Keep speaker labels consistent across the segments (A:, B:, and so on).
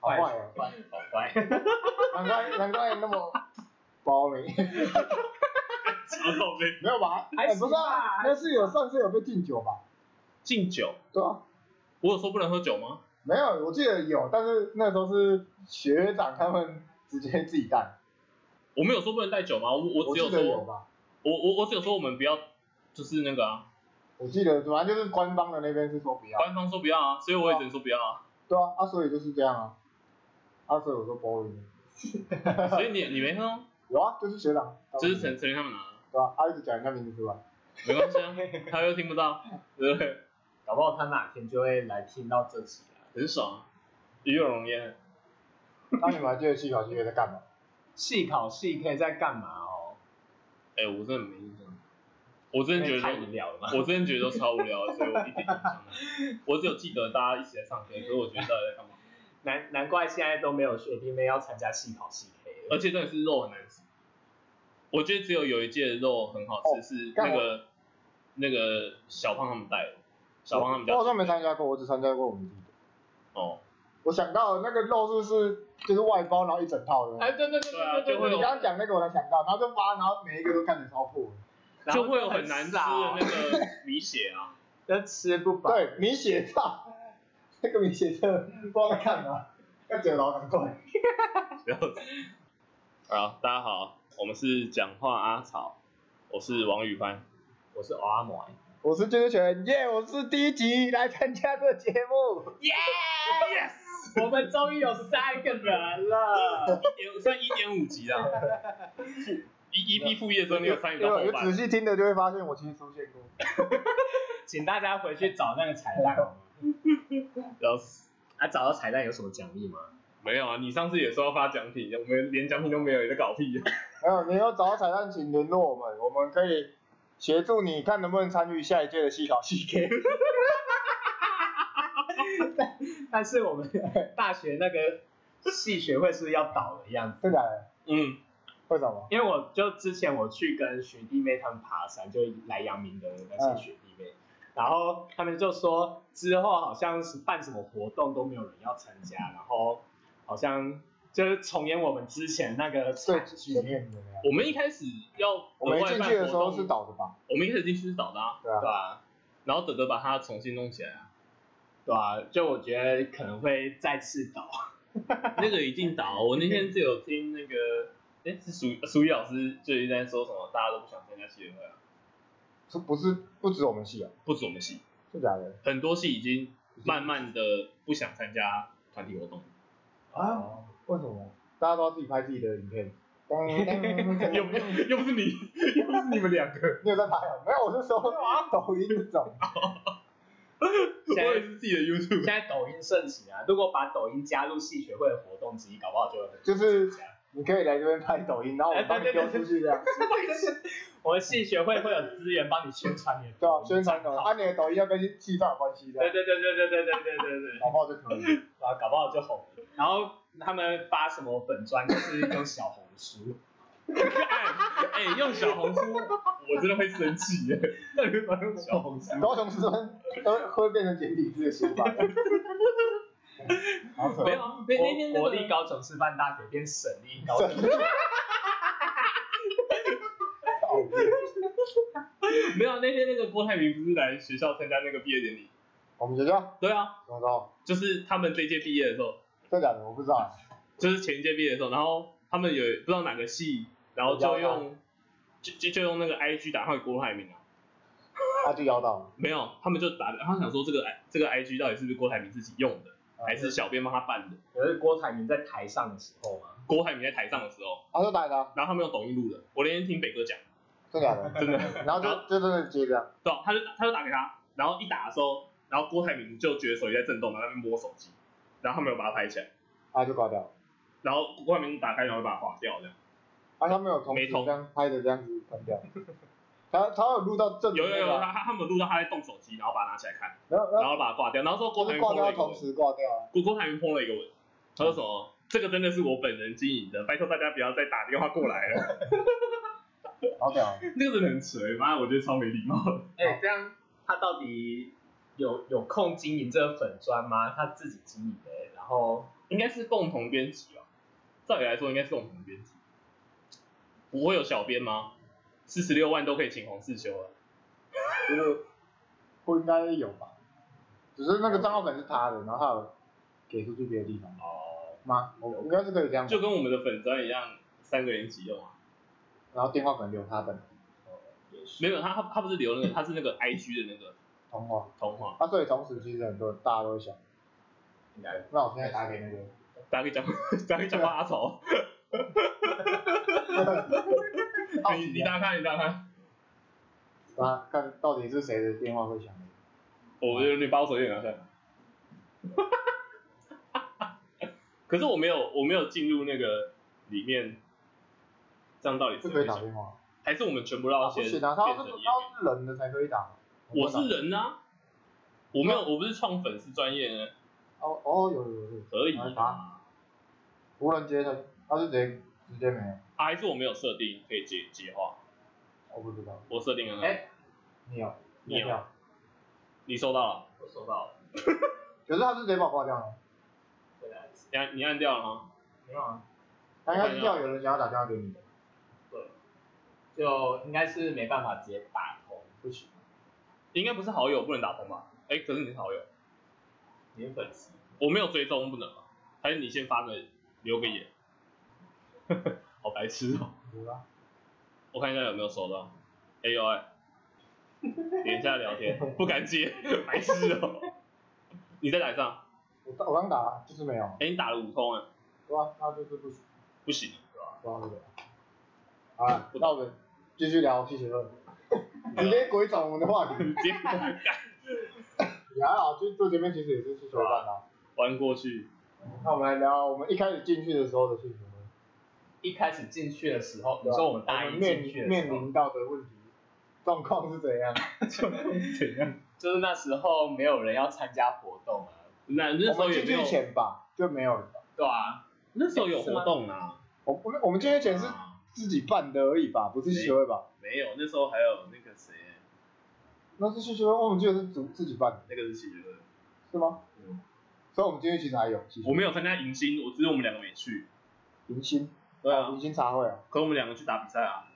A: 好坏
B: 坏
A: 啊，
B: 好坏，
A: 难怪难怪那么包你，
B: 超靠背。
A: 没有吧？
C: 还
A: 哎，不
C: 行吧
A: 是啊，那是有上次有被禁酒吧？
B: 敬酒，
A: 对啊，
B: 我有说不能喝酒吗？
A: 没有，我记得有，但是那时候是学长他们直接自己带，
B: 我没有说不能带酒吗？我我
A: 我
B: 只有
A: 记得有
B: 说，
A: 吧？
B: 我我我只有说我们不要，就是那个啊，
A: 我记得反正就是官方的那边是说不要，
B: 官方说不要啊，所以我也只能说不要啊。
A: 对啊，啊，所以就是这样啊，啊，所以我说包你，
B: 所以你你没喝哦，
A: 有啊，就是学长，
B: 就是陈陈林他们拿的，
A: 对吧？他一直讲人家名字出来，
B: 没关系啊，他又听不到，对不对？
C: 搞不好他哪天就会来听到这集啊。
B: 很爽啊，鱼有龙烟。
A: 那你们还记得戏考戏在干嘛？
C: 细考系可以在干嘛哦？
B: 哎，我真的没印象，我真的觉得
C: 太
B: 都
C: 无聊了吧？
B: 我真的觉得都超无聊的，所以我一点印象都没有。我只有记得大家一起来上课，可是我觉得到底在干嘛？
C: 难难怪现在都没有学弟妹要参加细考系呃 K 了。
B: 而且真的是肉很难吃。我觉得只有有一届的肉很好吃，
A: 哦
B: 是
A: 干
B: 那个那个小胖他们带的，小胖他们家
A: 我好像没参加过，我只参加过我们自己的。
B: 哦，
A: 我想到那个肉是不是就是外包，然后一整套的？
C: 哎，对对对
B: 对啊就会
A: 你
B: 有
A: 刚刚讲那个我才想到，然后就发，然后每一个都干得超破。
C: 然后
B: 就会有很难吃的那
C: 很少，
B: 个米血啊，
C: 那吃不饱。
A: 对，米血照， 那个米血照不知道在干嘛，要折老难怪。
B: 然后好，大家好，我们是讲话阿草，我是王宇帆，
C: 我是欧阿摩，
A: 我是就是权，耶、我是第一集来参加这节目，
C: 耶！ 我们终于有三个 人了。
B: 一点算一点五级啦，一 EP 副业的时候你有参与
A: 因为
B: 到后
A: 有仔
B: 半，
A: 细听的就会发现我其实出现过。
C: 请大家回去找那个彩蛋好吗？
B: 然后是
C: 啊，找到彩蛋有什么奖 励吗？
B: 没有啊，你上次也说要发奖品，我们连奖品都没有，你在搞屁啊！
A: 还有，你要找到彩蛋，请联络我们，我们可以协助你看能不能参与下一届的戏考 CK。
C: 但是我们 大学那个系学会是不是要倒的样子？
A: 真假的？
B: 嗯，
A: 为什么？
C: 因为我就之前我去跟学弟妹他们爬山，就来阳明的
A: 嗯
C: 那些学弟妹，然后他们就说之后好像是办什么活动都没有人要参加，然后好像就是重演我们之前那个
A: 最
B: 啊
C: 惨剧
A: 前。面怎么样？
B: 我们一开始要
A: 我们
B: 额
A: 一
B: 外
A: 进
B: 办
A: 去的时候
B: 活动
A: 是倒的吧？
B: 我们一开始进去是倒的、啊，
A: 对啊
C: 对。啊，
B: 然后德德把它重新弄起来、啊，
C: 对啊，就我觉得可能会再 次倒。
B: 那个一定倒。我那天就有听那个，哎，是苏苏怡老师就一直在说什么，大家都不想参加系联会啊，
A: 是不是不止我们系啊？
B: 不止我们系，
A: 是假的？
B: 很多系已经慢慢的不想参加团体活动，
A: 啊，为什么？大家都要自己拍自己的影片。你
B: 又不 又不是你，又不是你们两个，
A: 有在拍啊？没有，我是说抖音这种。
B: 我也是自己的 YouTube
C: 现。在抖音盛行啊，如果把抖音加入系学会的活动之一，搞不好就会很
A: 就是
C: 参加
A: 你可以来这边拍抖音，然后我们帮你丢出去这样，
C: 我们系学会会有资源帮你宣传你的
A: 对吧？
C: 抖音
A: 宣传抖音，
C: 账号
A: 啊，你的抖音要跟戏上有关系
C: 对
A: 的，
C: 对对对对对对对对 对，
A: 搞不好就可以。
C: 然啊后搞不好就红了。然后他们发什么粉砖，就是用小红书，
B: 哎，用小红书，我真的会生气耶！到底要用小红书？
A: 高雄师生都会变成简体字的写法。好扯
B: 没，有啊，那那天那
C: 国
B: 个
C: 国立高雄师范大学变省立 高中，
B: 没有，那天那个郭台铭不是来学校参加那个毕业典礼？
A: 我们学校
B: 对啊，
A: 什么时候？
B: 就是他们这一届毕业的时候，
A: 真假的我不知 道，
B: 就是前一届毕业的时候，然后他们有不知道哪个系，然后就
A: 邀
B: 用就就就用那个 IG 打他的郭台铭啊，
A: 他就邀到了，
B: 没有，他们就打，他想说这个 I 这个 IG 到底是不是郭台铭自己用的，
C: 啊
B: 还是小编帮他办的？
C: 可是郭台铭在台上的时候嘛，
B: 郭台铭在台上的时候，
A: 他就打的啊，
B: 然后他们用抖音录的，我那天听北哥讲，
A: 真假的，
B: 真的，
A: 然后就就真的接这样，
B: 对啊，他就他就打给他，然后一打的时候，然后郭台铭就觉得手机在震动，然后在那边摸手机，然后他没有把它拍起来，
A: 他就挂掉了。
B: 然后郭台铭打开然后就把它划掉，这样
A: 啊，他没有同
B: 没
A: 时
B: 同
A: 这样拍的这样子关 掉，他他有录到正
B: 有
A: 面
B: 有有，他他他们有录到他在动手机，然后把它拿起来看，
A: 然后
B: 然
A: 然后
B: 后把它挂掉，然后说郭
A: 就
B: 台
A: 是
B: 铭
A: 挂
B: 碰
A: 掉
B: 了一个
A: 同
B: 吻。
A: 时挂掉啊，
B: 果果台铭碰了一个吻，他说什么？这个真的是我本人经营的，拜托大家不要再打电话过来了。
A: 好屌啊！
B: 那个人很锤，妈，我觉得超没礼貌的。
C: 哎、这样他到底有有空经营这个粉砖吗？他自己经营的、然后
B: 应该是共同编辑吧？照理来说应该是共同编辑。不会有小编吗？四十六万都可以请黄世修了。
A: 就是不应该有吧？只是那个账号本是他的，然后他有给出去别的地方
B: 哦，
A: 吗？我应该是可以这样吧，
B: 就跟我们的粉砖一样，三个人一起用啊。
A: 然后电话可能留他本
C: 也是
B: 没有，他他他不是留那个，他是那个 IG 的那个
A: 通话
B: 通话，
A: 啊，所以同时其实很多人大家都会想，
C: 应该
A: 那我现在打给那个，
B: 打给讲打给讲话阿曹，
A: 好
B: 你
A: 奇
B: 你
A: 啊
B: 打开你打开，
A: 啊，看到底是谁的电话会响？
B: 我觉得你把我手机拿下来。可是我没有我没有进入那个里面，这样到底
A: 是
B: 怎
A: 可
B: 么
A: 以打
B: 想？
A: 电话？
B: 还是我们全部绕
A: 不
B: 先
A: 行
B: 变
A: 啊，他要
B: 成
A: 是
B: 页
A: 他要是人的才可以打。
B: 我
A: 不能
B: 是人啊，我没有我不是创粉丝专业呢，
A: 打哦哦有有有，
B: 可以
A: 来
B: 啊
A: 打无人接的，他就直接直接没有，
B: 啊还是我没有设定可以接接话，
A: 我不知道。
B: 我设定了呢，
C: 哎
A: 你有
B: 你有
A: 没有？
B: 你收到了，
C: 我收到了，
A: 可是他是直接把我挂掉了，
C: 再来一次
B: 你按你按掉了吗？
C: 没有啊，
A: 他应该是要有人想要打电话给你的。
C: 就应该是没办法直接打通，不行，
B: 应该不是好友不能打通吧？哎、可是你是好友，
C: 你是粉丝，
B: 我没有追踪不能吧？还是你先发个留个言？ 好白痴哦、
A: 有啊啦，
B: 我看一下有没有收到。哎 呦哎，点一下聊天，不敢接， 白痴哦、你再打一上，
A: 我打我刚打就是没有，
B: 哎、你打了五通哎、
A: 对吧？他就是不行，
B: 不行，
A: 对吧？好了，那我们继续聊气球论，直
C: 啊
A: 接鬼转我们的话题。
B: 直 接
A: 也还好，就坐前面其实也是气球论啊。嗯
B: 弯过去。
A: 那我们来聊我们一开始进去的时候的气球论，
C: 一开始进去的时候，
A: 对
C: 你
A: 啊
C: 说我们
A: 我
C: 大
A: 们
C: 一
A: 面
C: 进去
A: 临
C: 的时
A: 面
C: 候，
A: 临到的问题状况是怎样？
B: 怎样？
C: 就是那时候没有人要参加活动啊，
B: 那那时
A: 我
B: 候
A: 们
B: 也
A: 进
B: 没有
A: 去，前吧就没有了吧。
C: 对啊，
B: 那时候有活动啊。
A: 我我们我们进去前是自己办的而已吧，不是气球会吧？
B: 没有，那时候还有那个谁，
A: 那是气球会，我们记得是自自己办的，
B: 那个是喜乐。
A: 是吗？
B: 嗯
A: 所以我们进去其实还有气球
B: 我没有参加迎新，我只是我们两个没去。
A: 嗯迎新
B: 对啊
A: 迎新茶会啊，
B: 可我们两个去打比赛啊，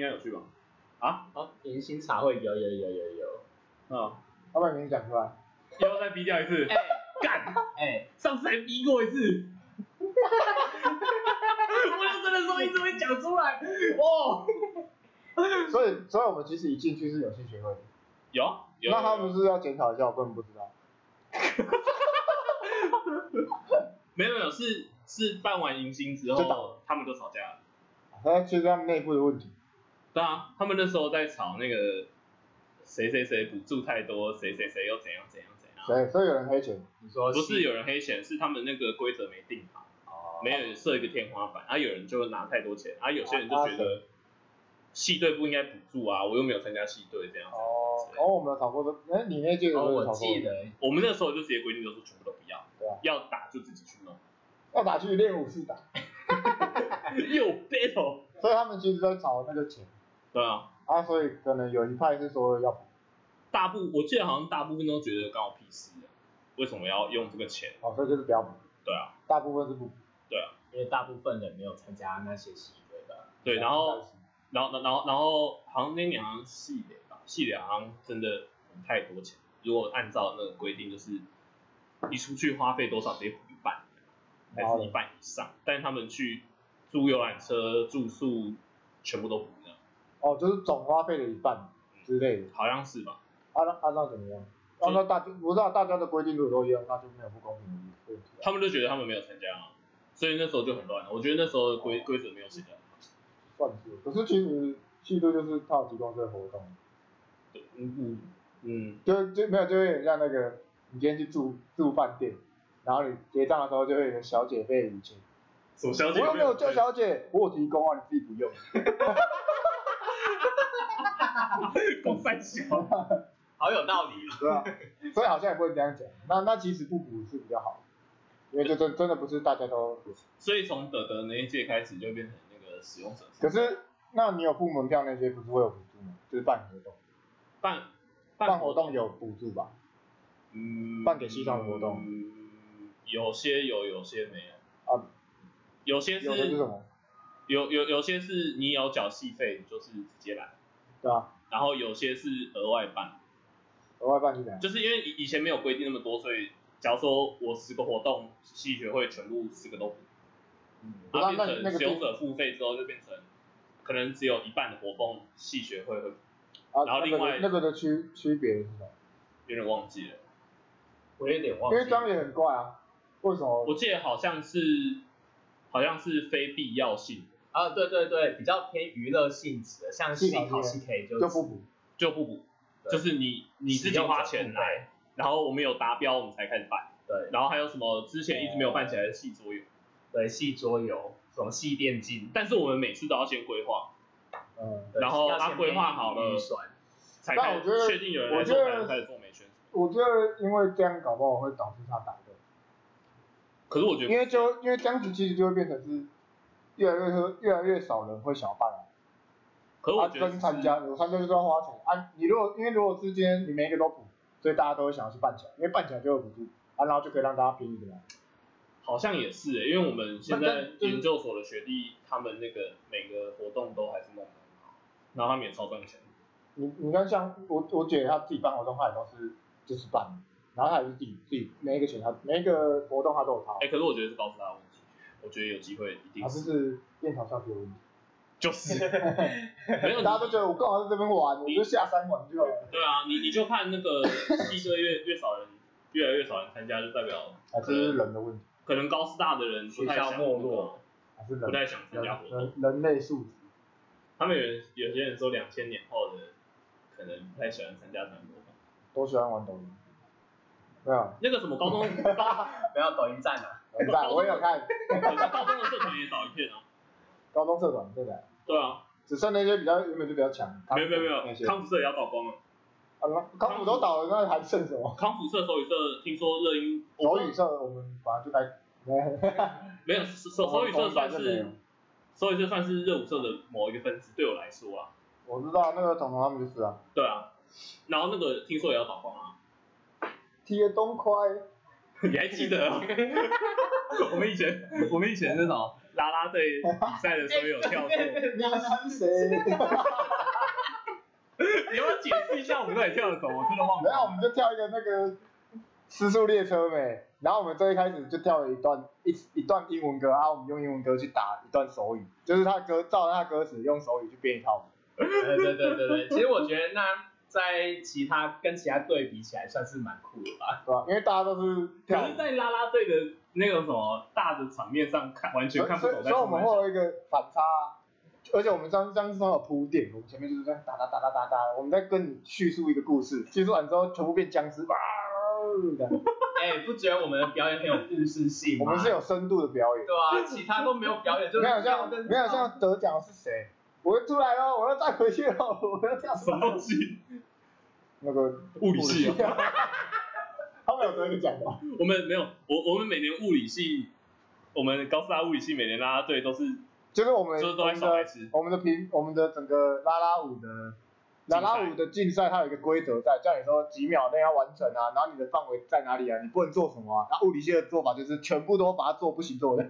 B: 应该有去吧？
C: 哦，迎新茶会有有有有有，
B: 嗯，
A: 要不然你讲出来。
B: 要再逼掉一次，
C: 哎
B: 干，
C: 哎，
B: 上次还逼过一次。 我要真的说一直没讲出来，哦，
A: 所以所以我们其实一进去是有气球会的，
B: 有啊有，
A: 那他们是要检讨一下，我根本不知道。
B: 没有没有是是办完迎新之
A: 就打了
B: 后，他们就吵架了。
A: 哎，其实他们内部的问题，
B: 对啊，他们那时候在吵那个谁谁谁补助太多，谁谁谁又怎样怎样怎样，
A: 所以所以有人黑钱，
C: 你说
B: 不是有人黑钱，是他们那个规则没定好。
C: 哦，
B: 没有设一个天花板，啊，有人就拿太多钱，啊，有些人就觉得系队不应该补助啊，我又没有参加系队这样子。
A: 哦，哦，我们有吵过这，哎，你那届有
C: 哦，
A: 没有
C: 我
A: 吵过？
C: 记得，
B: 我们那时候就直接规定就是全部都不要，
A: 对啊
B: 要打就自己去弄，
A: 要打去练武士打，
B: 又 battle，
A: 所以他们其实在吵那个钱
B: 对啊，
A: 啊，所以可能有一派是说要
B: 大部我记得好像大部分都觉得关我屁事啊，为什么要用这个钱？
A: 哦，所以就是不要补，
B: 对啊，
A: 大部分是不，
C: 因为大部分人没有参加那些喜会吧，
B: 对，
A: 啊
B: 然后然后然后然后好像那年好像系联吧，系联好像真的太多钱，如果按照那个规定就是你出去花费多少直接补一半。还是一半以上，但是他们去租游览车、住宿全部都补了，
A: 哦，就是总花费的一半之类的，
B: 好像是吧？
A: 按照按照怎么样？按照大家不知道大家的规定如果都一样，那就没有不公平的问题啊。
B: 他们就觉得他们没有参加啊，所以那时候就很乱。我觉得那时候的规规则没有写的，
A: 算是，可是其实系队就是他有提供这个活动，
B: 对，嗯嗯
A: 就就没有就会很像那个，你今天去住住饭店，然后你结账的时候就会有个小姐被领钱，
B: 什么哦小
A: 我又没有叫小姐，我有提供啊，你自己不用。
B: 公三小，
C: 好有道理啊，
A: 对啊，所以好像也不能这样讲。那那其实不补是比较好，因为就真真的不是大家都补。
B: 所以从德德那一届开始就变成那个使用者
A: 可是，那你有付门票那些不是会有补助吗？就是办活动，
B: 办
A: 办活动有补助吧？
B: 嗯
A: 办给西藏活动
B: 嗯有些有，有些没有。
A: 啊，
B: 有些是
A: 有的是什么？
B: 有有有些是你有缴戏费，你就是直接来，
A: 对啊，
B: 然后有些是额外办，
A: 额外办是怎样？
B: 就是因为以以前没有规定那么多，所以假如说我十个活动，戏学会全部四个都补，
A: 不
B: 然后
A: 然啊那
B: 变
A: 那
B: 成
A: 个
B: 使用者付费之后就变成可能只有一半的活动戏学会会，
A: 啊，
B: 然后另外
A: 那个的那个的区区别是什么？
B: 有点忘记了，
C: 我有点忘
A: 因
C: 记。
A: 为这样也很怪啊，为什么？
B: 哦我记得好像是好像是非必要性的
C: 啊，对对对，比较偏娱乐性质的，像
A: 戏
C: 戏
A: 考
C: 考
A: 系
C: 戏 K 就
A: 就不补，
B: 就不补，
C: 对
B: 就是你你自己花钱来，
C: 来，
B: 然后我们有达标我们才开始办，
C: 对
B: 然后还有什么之前一直没有办起来的戏桌游。
C: 对，戏桌游，什么戏电竞，
B: 但是我们每次都要先规划，
A: 嗯，
C: 对
B: 然后
C: 要
B: 他
C: 先
B: 规划
C: 编
B: 好了
C: 预算，
B: 才
A: 但
B: 开
A: 我觉得
B: 确定有人来做，
A: 我觉
B: 才
A: 得
B: 能开始做美宣。
A: 我觉得因为这样搞不好会导致他打的，
B: 可是我觉得
A: 因为就因为这样子其实就会变成是越来越越来越少人会想要办啊，
B: 可是
A: 啊
B: 我觉得
A: 跟
B: 是
A: 参加有参加就是要花钱啊，你如果因为如果之间你每一个都补，所以大家都会想要去办起来，因为办起来就有补助啊，然后就可以让大家便宜的来，
B: 好像也是欸，因为我们现
A: 那
B: 在
A: 但就是
B: 研究所的学弟，他们那个每个活动都还是弄得很好，然后他们也超赚钱。
A: 你你看像我我姐她自己办活动，她也都是就是办，然后她也是自己自己每一个钱她每一个活动她都有掏，
B: 哎，可是我觉得是高斯拉的问题，我觉得有机会一定
A: 啊这
B: 是
A: 是电脑上学的问题。
B: 就是 没有
A: 大家都
B: 你
A: 觉得我干嘛在这边玩，我就下山玩就好了。
B: 对啊，你你就看那个戏社越 越少人，越来越少人参加，就代表
A: 啊，这是人的问题，
B: 可能高师大的人不太想
C: 学校没
B: 那个
C: 落
A: 还是
B: 不
A: 人
B: 太想参加
A: 人
B: 活动。
A: 人人类素质。
B: 他们有人有些人说两千年后的可能不太喜欢参加团购吧。
A: 都喜欢玩抖音。没有，
B: 那个什么高中， 高
C: 不要抖音站啊，
A: 我在，我有看
B: 可是高中的社团也倒一片啊。
A: 高中社团，对的，
B: 对啊，
A: 只剩那些比较原本就比较强。
B: 没有没有没
A: 那
B: 有，
A: 些
B: 康复社也要倒光了。
A: 啊，康复都倒了，那还剩什么？
B: 康复社、手语社，听说乐音
A: 手语社我们本来就该，
B: 没有手手语社算
A: 我们本来就没有
B: 是手语社算是热舞社的某一个分支，对我来说啊，
A: 我知道那个彤彤他们就是啊，
B: 对啊。然后那个听说也要倒光啊，
A: 贴东快，
B: 你还记 得哦？我们以前 我们以前那种啦啦队比赛的时候 有跳过，
A: 那是谁？
B: 你要不要解释一下我们到底跳了什么？我真的忘
A: 然后我
B: 了。
A: 们就跳一个那个失速列车没，然后我们最一开始就跳了一段一一段英文歌，然后我们用英文歌去打一段手语，就是他歌照着他歌词用手语去编一套舞。
C: 对呃对对对对，其实我觉得那在其他跟其他队比起来，算是蛮酷的 吧。
A: 对吧？因为大家都是跳
B: 可
A: 舞
B: 是，，在啦啦队的那个什么大的场面上看，完
A: 所
B: 全
A: 以
B: 看不
A: 所
B: 懂
A: 以
B: 在
A: 所以我
B: 冲
A: 们
B: 哪
A: 会
B: 小。
A: 有一个反差啊、而且我们当当时有铺垫，我们前面就是这样哒哒哒哒哒哒，我们在跟你叙述一个故事，叙述完之后全部变僵尸，哇、这样
C: 哎，不觉得我们的表演很有故事性吗？
A: 我们是有深度的表演，
C: 对啊，其他都没有表演，就是
A: 没有像
C: 跳跟
A: 没有像得奖的是谁，我要出来喽，我要再回去喽，我要跳
B: 什么东西？
A: 那个
B: 物理系啊
A: 他们有得一个奖吗？
B: 我们没有，我我们每年物理系，我们高师大物理系每年啦啦队都是
A: 就是我们
B: 就是
A: 我
B: 都在
A: 们
B: 小白
A: 的
B: 痴，
A: 我们的评我们的整个啦啦舞的啦啦舞的竞赛，它有一个规则在，叫你说几秒内要完成啊，然后你的范围在哪里啊，你不能做什么啊。那物理系的做法就是全部都把它做不行做的，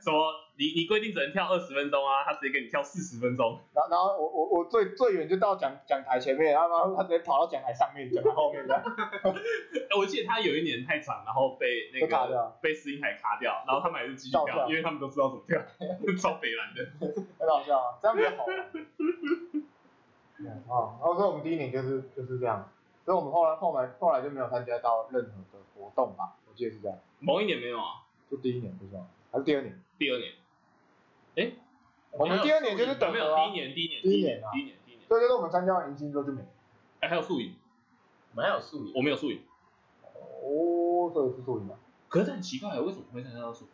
B: 什么你你规定只能跳二十分钟啊，他直接给你跳四十分钟，
A: 然后然后我我我最最远就到讲讲台前面，然后他直接跑到讲台上面，讲台后面的，
B: 哎我记得他有一年太长，然后被那
A: 被卡
B: 个
A: 掉
B: 被司音台卡掉，然后他们还是继续
A: 照
B: 跳，
A: 跳
B: 因为他们都知道怎么跳，超北蓝的。
A: 很好笑啊，这样比较好玩。嗯 哦，然后所以我们第一年就是就是这样，所以我们后来后来后来就没有参加到任何的活动吧，我记得是这样，
B: 某一年没有啊，
A: 就第一年不是吗？还是第二年？
B: 第二年，
A: 我们第二年就是
B: 啊
A: 等
B: 没
A: 着
B: 有第
A: 啊
B: 一，年第一年
A: 第一
B: 年
A: 年啊
B: 第一年第一年，
A: 对，就是我们参加完迎新之后就没了。
B: 哎还有素影，
C: 我们还有素颜，
B: 我没有素影。
A: 哦，这个是素影吗？
B: 可是很奇怪，为什么会参加到素？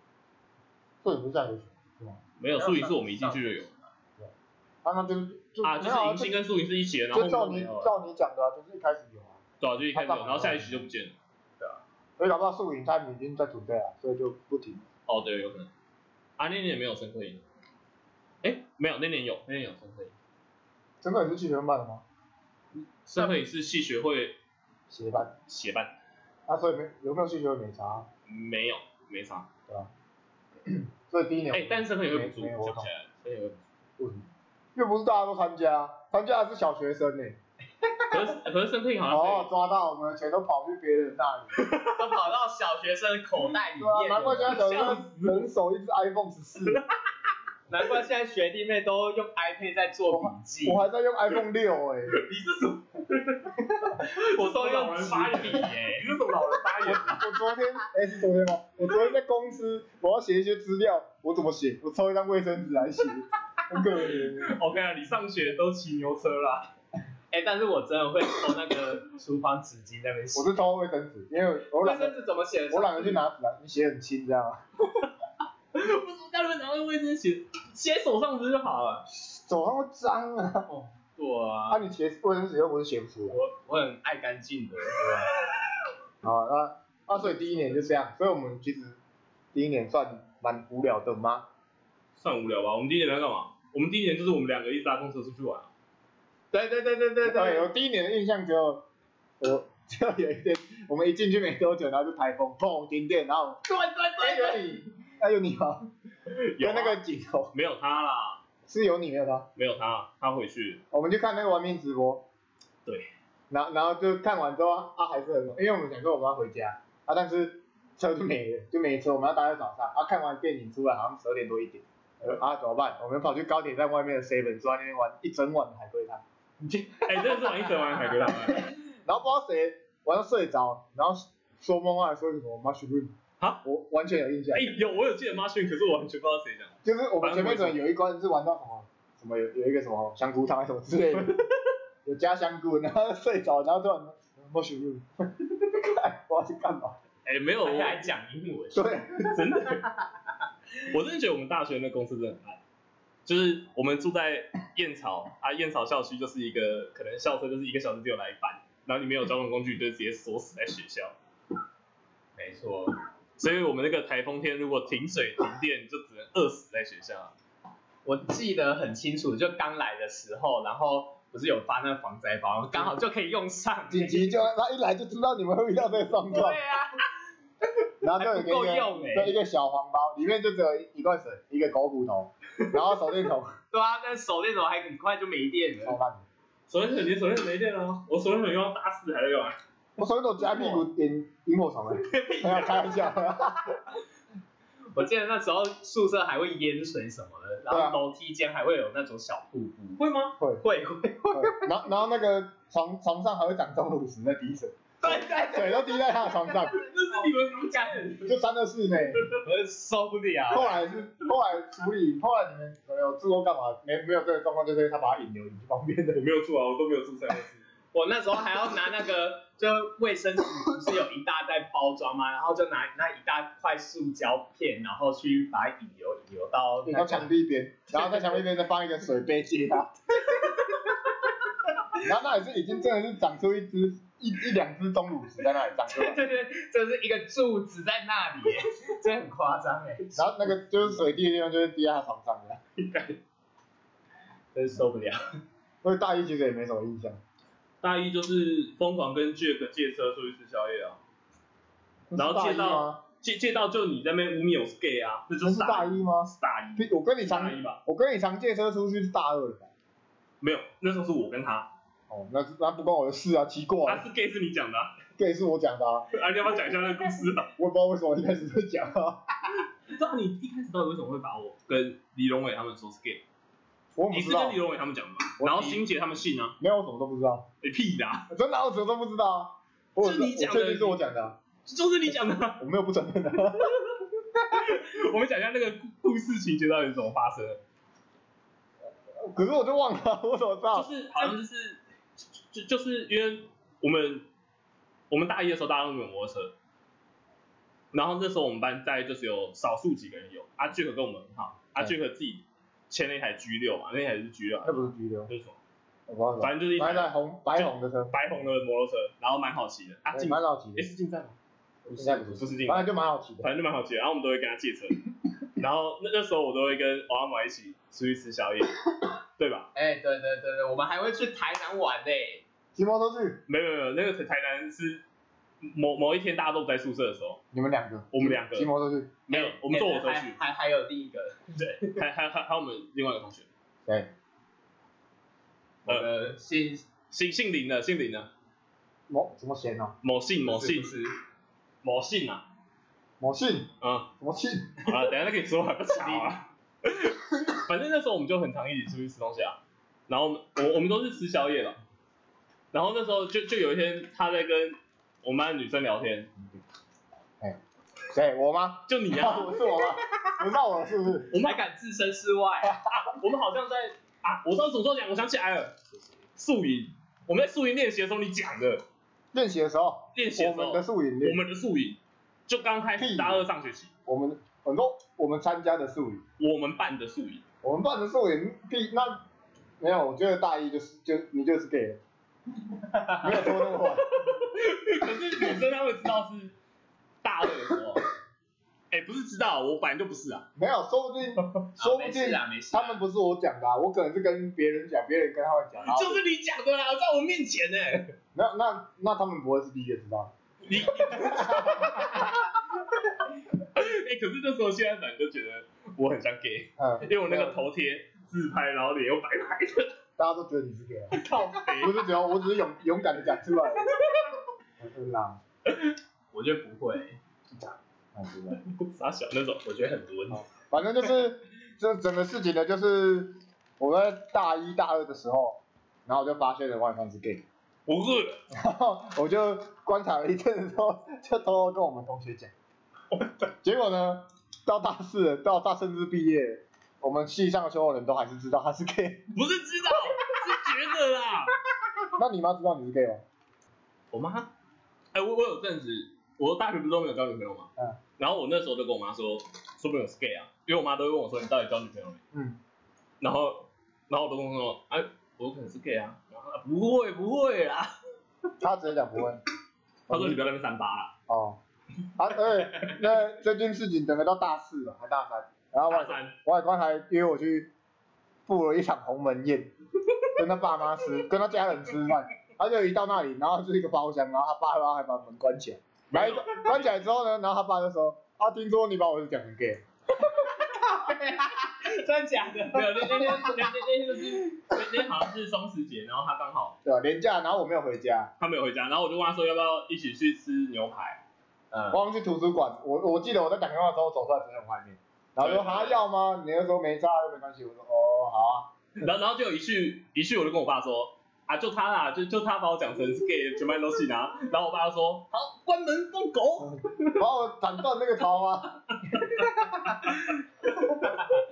A: 素影不是下学期是吗？
B: 没有素影是我们一进去就有
A: 啊，那就是就
B: 啊，就是迎新跟素影是一起的，然后
A: 就
B: 后
A: 照你
B: 面没有了，
A: 照你讲的、啊，就是一开始有啊，
B: 对啊，就一开始有，然后下一期就不见了。
A: 所以搞不好素影他们已经在准备了，所以就不停。
B: 哦，对，有可能。啊，那年没有深刻营。哎，没有，那年有，那年有深刻营。
A: 真的也是去学办的吗？
B: 深刻营是系学会
A: 协办
B: 协办，
A: 啊，所以没有没有需求也没差，啊
B: 没有，没啥。
A: 对吧、 所以第一年，
B: 哎、但是生也会不足，
A: 没没
B: 想
A: 有我懂
B: 起来了，生也会不足。
A: 为什么？因为不是大家都参加，啊参加的是小学生呢、欸
B: 可是可是生配好像
A: 哦，
B: 可
A: 抓到我们的钱都跑去别人那里，
C: 都跑到小学生的口袋里
A: 对啊，
C: 面了，
A: 难怪现在小学
C: 笑
A: 生人手一只 iPhone 十四，
C: 难怪现在学弟妹都用 iPad 在做笔记，
A: 我还在用 iPhone 六哎、
B: 以，你是什么？我都用纸笔耶，
C: 哎
B: 你是什么老人发言？
A: 我昨天哎、是昨天吗？我昨天在公司，我要写一些资料，我怎么写？我抽一张卫生纸来写，很可怜。
B: 我跟你讲，你上学都骑牛车啦，
C: 哎、但是我真的会偷那个厨房纸巾在那边写
A: 我。是抽卫生纸，因为我
C: 卫
A: 懒
C: 生
A: 得，
C: 纸怎么写的？
A: 我懒得 去拿纸啊，你写很轻这样啊。
B: 不是，那为什么卫生纸写手上不是就好了？
A: 手上会脏啊，
C: 对啊
A: 啊，你写卫生纸又不是写不出来
C: 我我很爱干净的，对吧？
A: 啊，那啊，所以第一年就这样，所以我们其实第一年算蛮无聊的吗？
B: 算无聊吧。我们第一年要干嘛？我们第一年就是我们两个一直搭公车出去玩啊。
C: 对对对对对
A: 对，
C: 对，
A: 我第一年的印象只有我。 就有一天，我们一进去没多久，然后就台风，砰，停电，然后
C: 对
A: 哎
C: 对对，
A: 有你，哎有你吗？有
B: 有啊
A: 那个镜头，
B: 没有他啦，
A: 是有你没有的，
B: 没有他，他回去。
A: 我们去看那个玩命直播，
B: 对，
A: 然后然后就看完之后，啊还是很冷，因为我们想说我们要回家，啊但是车就没了，就没车，我们要待到早上，啊看完电影出来好像十二点多一点，呃啊怎么办？我们跑去高铁站外面的 seven 坐在那边玩一整晚的海龟汤，
B: 哎、真的是玩一整晚海龟汤啊。
A: 然后不知道谁晚上睡着，然后说梦话说什么 mushroom，
B: 啊
A: 我完全有印象
B: 哎、，有我有记得 m a s h 可是我完全不知道谁讲。
A: 就是我们前面可能有一关是玩到什么什么有有一个什么香菇汤还是什么之类的， 有加香菇，然后睡着，然后突然 mushroom，看 我要去干嘛？
B: 哎、没有，
C: 而且
B: 我
C: 还讲英文，
A: 对，
B: 真的，我真的觉得我们大学那公司真的很烂。就是我们住在燕巢啊，燕巢校区就是一个可能校车就是一个小时只有来一班，然后你没有交通工具，就直接锁死在学校。
C: 没错，
B: 所以我们那个台风天如果停水停电，就只能饿死在学校。
C: 我记得很清楚，就刚来的时候，然后不是有发那个防灾包，刚好就可以用上。
A: 紧急救援，他一来就知道你们会遇到这个状
C: 对
A: 况，
C: 啊，
A: 然后就有
C: 还
A: 一
C: 不够
A: 个
C: 用哎、
A: 对一个小黄包，里面就只有一罐水，一个狗骨头，然后手电筒，
C: 对啊，但手电筒还很快就没电
A: 超
C: 了。
A: 烂的。
B: 手电筒，你手电筒没电了？我手电筒用到大四还在用啊。
A: 我手电筒夹屁股
C: 哦
A: 点萤火 虫哎，没有开玩 笑，
C: 我记得那时候宿舍还会淹水什么的，然
A: 对啊
C: 后楼梯间还会有那种小瀑布。
B: 会吗？
C: 会会， 对
A: 对然后然后那个床床上还会长钟乳石在滴水，
C: 对对，
A: 水都滴在他的床上，
C: 那是你们不讲，
A: 就三二四呢。
C: 我受不
A: 后
C: 了。
A: 来是后来处理，后来你们可能有自我干嘛？没没有这个状况，就是他把它引流引去旁边 的
B: 我。没有住啊，我都没有住三个四。
C: 我那时候还要拿那个，就卫生纸不是有一大袋包装吗？然后就拿那一大块塑胶片，然后去把它引流引流到
A: 引
C: 那
A: 到
C: 个
A: 墙壁边，然后在墙壁边再放一个水杯接它。 然后那也是已经真的是长出一只一一两只钟乳石在那里长出来，
C: 对对，这是一个柱子在那里耶，这很夸张哎，
A: 然后那个就是水滴的地方就是滴在他床上的。
C: 真受不了。
A: 所以大一其实也没什么印象，
B: 大一就是疯狂跟 Jack 借车出去吃宵夜啊，然后
A: 大
B: 借
A: 一吗
B: 到？借借到就你在那边污蔑我是 gay 啊，那就
A: 那是大一吗？
B: 是大一，啊
A: 我跟你
B: 大
A: 常
B: 一吧？
A: 我跟你常借车出去是大二了吧？
B: 没有，那时候是我跟他，
A: 哦，那是那不关我的事啊，奇怪、
B: 他
A: 啊，
B: 是 gay 是你讲的啊，
A: 这也是我讲的啊，
B: 啊你要不要讲一下那个故事啊？
A: 我也不知道为什么一开始会讲啊。
B: 到底一开始到底为什么会把我跟李荣伟他们说是 gay？
A: 我怎
B: 你
A: 么知
B: 是
A: 道
B: 跟李？荣伟他们讲的吗？
A: 我
B: 然后欣姐他们信啊？
A: 没有，我什么都不知道，
B: 你屁啦，
A: 真的啊，我什么都不知道啊。我有
B: 是你讲的
A: 我确定是我讲的啊，
B: 就是你讲的啊。
A: 我没有不承认的啊。
B: 我们讲一下那个故故事情节到底是怎么发生的。
A: 可是我就忘了，我怎么知道？
B: 就是好像就是就就是因为我们我们大一的时候大家都没有摩托车，然后那时候我们班大概就只有少数几个人有，阿俊和跟我们很好，阿俊和自己签了一台 G 六嘛，那台是 G 六，啊
A: 那不是拘留，
B: 就是什么
A: 我不知道什么。
B: 反正就是一
A: 反正
B: 台
A: 在红白红的车，
B: 白红的摩托车，然后蛮好骑的，阿
A: 我
B: 进
A: 哎蛮好骑
B: 也
A: 的，
B: 是进站吗？
A: 应该不
B: 不
A: 是，
B: 是进
A: 反
B: 站，
A: 正就蛮好骑的。
B: 反正就蛮好骑的，然后我们都会跟他借车，然后那那时候我都会跟欧阿玛一起出去吃宵夜，对吧？
C: 哎，对对对对，我们还会去台南玩嘞，
A: 骑摩托去，
B: 没有没有，那个台南是某某一天大家都不在宿舍的时候，
A: 你们两个，
B: 我们两个
A: 骑摩托去，
B: 没
C: 哎
B: 有，我们坐火车
C: 还
B: 去，
C: 还还有另一个，
B: 对，还还还还有我们另外一个同学，呃
A: 对，
C: 我的姓
B: 姓姓林的，姓林的，
A: 某什么贤哦，
B: 某姓某姓
C: 不是
B: 某姓啊，
A: 某信，
B: 嗯。
A: 什么信？
B: 啊，等一下再跟你说吧，不吵啊。 反正那时候我们就很常一起出去吃东西啊，然后我们我我们都是吃宵夜了，然后那时候就就有一天他在跟我们班的女生聊天，
A: 哎谁？我吗？
B: 就你 啊，
A: 我是我吗？轮到我了是不是？
B: 我们
C: 还敢置身 事外，
B: 我们好像在啊，我知道怎么说讲，我想起来了，宿营，我们在宿营练习的时候你讲的，
A: 练习的时候，
B: 练习的
A: 我
B: 时候
A: 们的宿营
B: 我
A: 练，
B: 们的宿营就刚开始大二上学期，
A: 我们很多我们参加的宿营，
B: 我们办的宿营，
A: 我们办的宿营，第那没有，我觉得大一就是就你就是 gay 了，没有拖那么晚。
B: 可是女生她会知道是大二的时 候，哎、不是知道，我本来就不是啊。
A: 没有，说不 定，说不
C: 没
A: 定
C: 事啊，没事啊
A: 他们不是我讲的、啊，我可能是跟别人讲，别人跟他们讲，然后
B: 就是你讲的啦，在我面 前呢、
A: 没有，那那他们不会是第一个知道
B: 你，哎、可是那时候现在反正就觉得我很像 gay，
A: 的，嗯，
B: 因为我那
A: 没
B: 个
A: 有
B: 头贴自拍，然后脸又白白的，
A: 大家都觉得你是 gay，啊
B: 靠背。
A: 不是只要我只是勇勇敢的讲出 来，嗯啦，
C: 我觉得不会，
A: 嗯真的
B: 傻小那种，
C: 我觉得很多
A: 好反正就是 这整个事情呢，就是我在大一大二的时候，然后我就发现了外放是 gay，
B: 我饿了，
A: 然后我就观察了一阵子之后， 就偷偷跟我们同学 讲，结果呢，到大四了到大甚至毕业，我们系上所有人都还是知道他是 gay，
B: 不是知道，是觉得啦。
A: 那你妈知道你是 gay 吗？
B: 我妈，哎、我我有阵子，我大学不是都没有交女朋友嘛，
A: 嗯
B: 然后我那时候就跟我妈说，说不定我是 gay 啊，因为我妈都会问我说你到底交女朋友没？
A: 嗯，
B: 然后然后我都跟我说，哎、我可能是 gay 啊，然后她不会不会啦，
A: 他直接讲 不会。
B: 他说你不要在那边三八啦，
A: 哦，啊，对，那这件事情等到大四吧，还大三，然后
B: 大
A: 外
B: 三，
A: 外观还约我去赴了一场鸿门宴，跟他爸妈吃，跟他家人吃饭，他就一到那里，然后就是一个包厢，然后他爸妈还把门关起来，然后关起来之后呢，然后他爸就说，啊，听说你把我是讲成 gay，
C: 真假的？
B: 没有那那天那那那天就是那那天好像是双十节，然后他刚好
A: 对吧？廉价，然后我没有回家，
B: 他没有回家，然后我就问他说要不要一起去吃牛排，
A: 我
C: 嗯，
A: 忘记去图书馆，我我记得我在打电话的时候走出来只有外面，然后说他要吗？你那时候没差又没关系，我说哦好啊，
B: 然后然后就有一句一句我就跟我爸说。啊，就他啦，就就他把我讲成是 gay，全班都信啊。然后我爸就说，好，关门放狗。
A: 把我斩断那个桃花。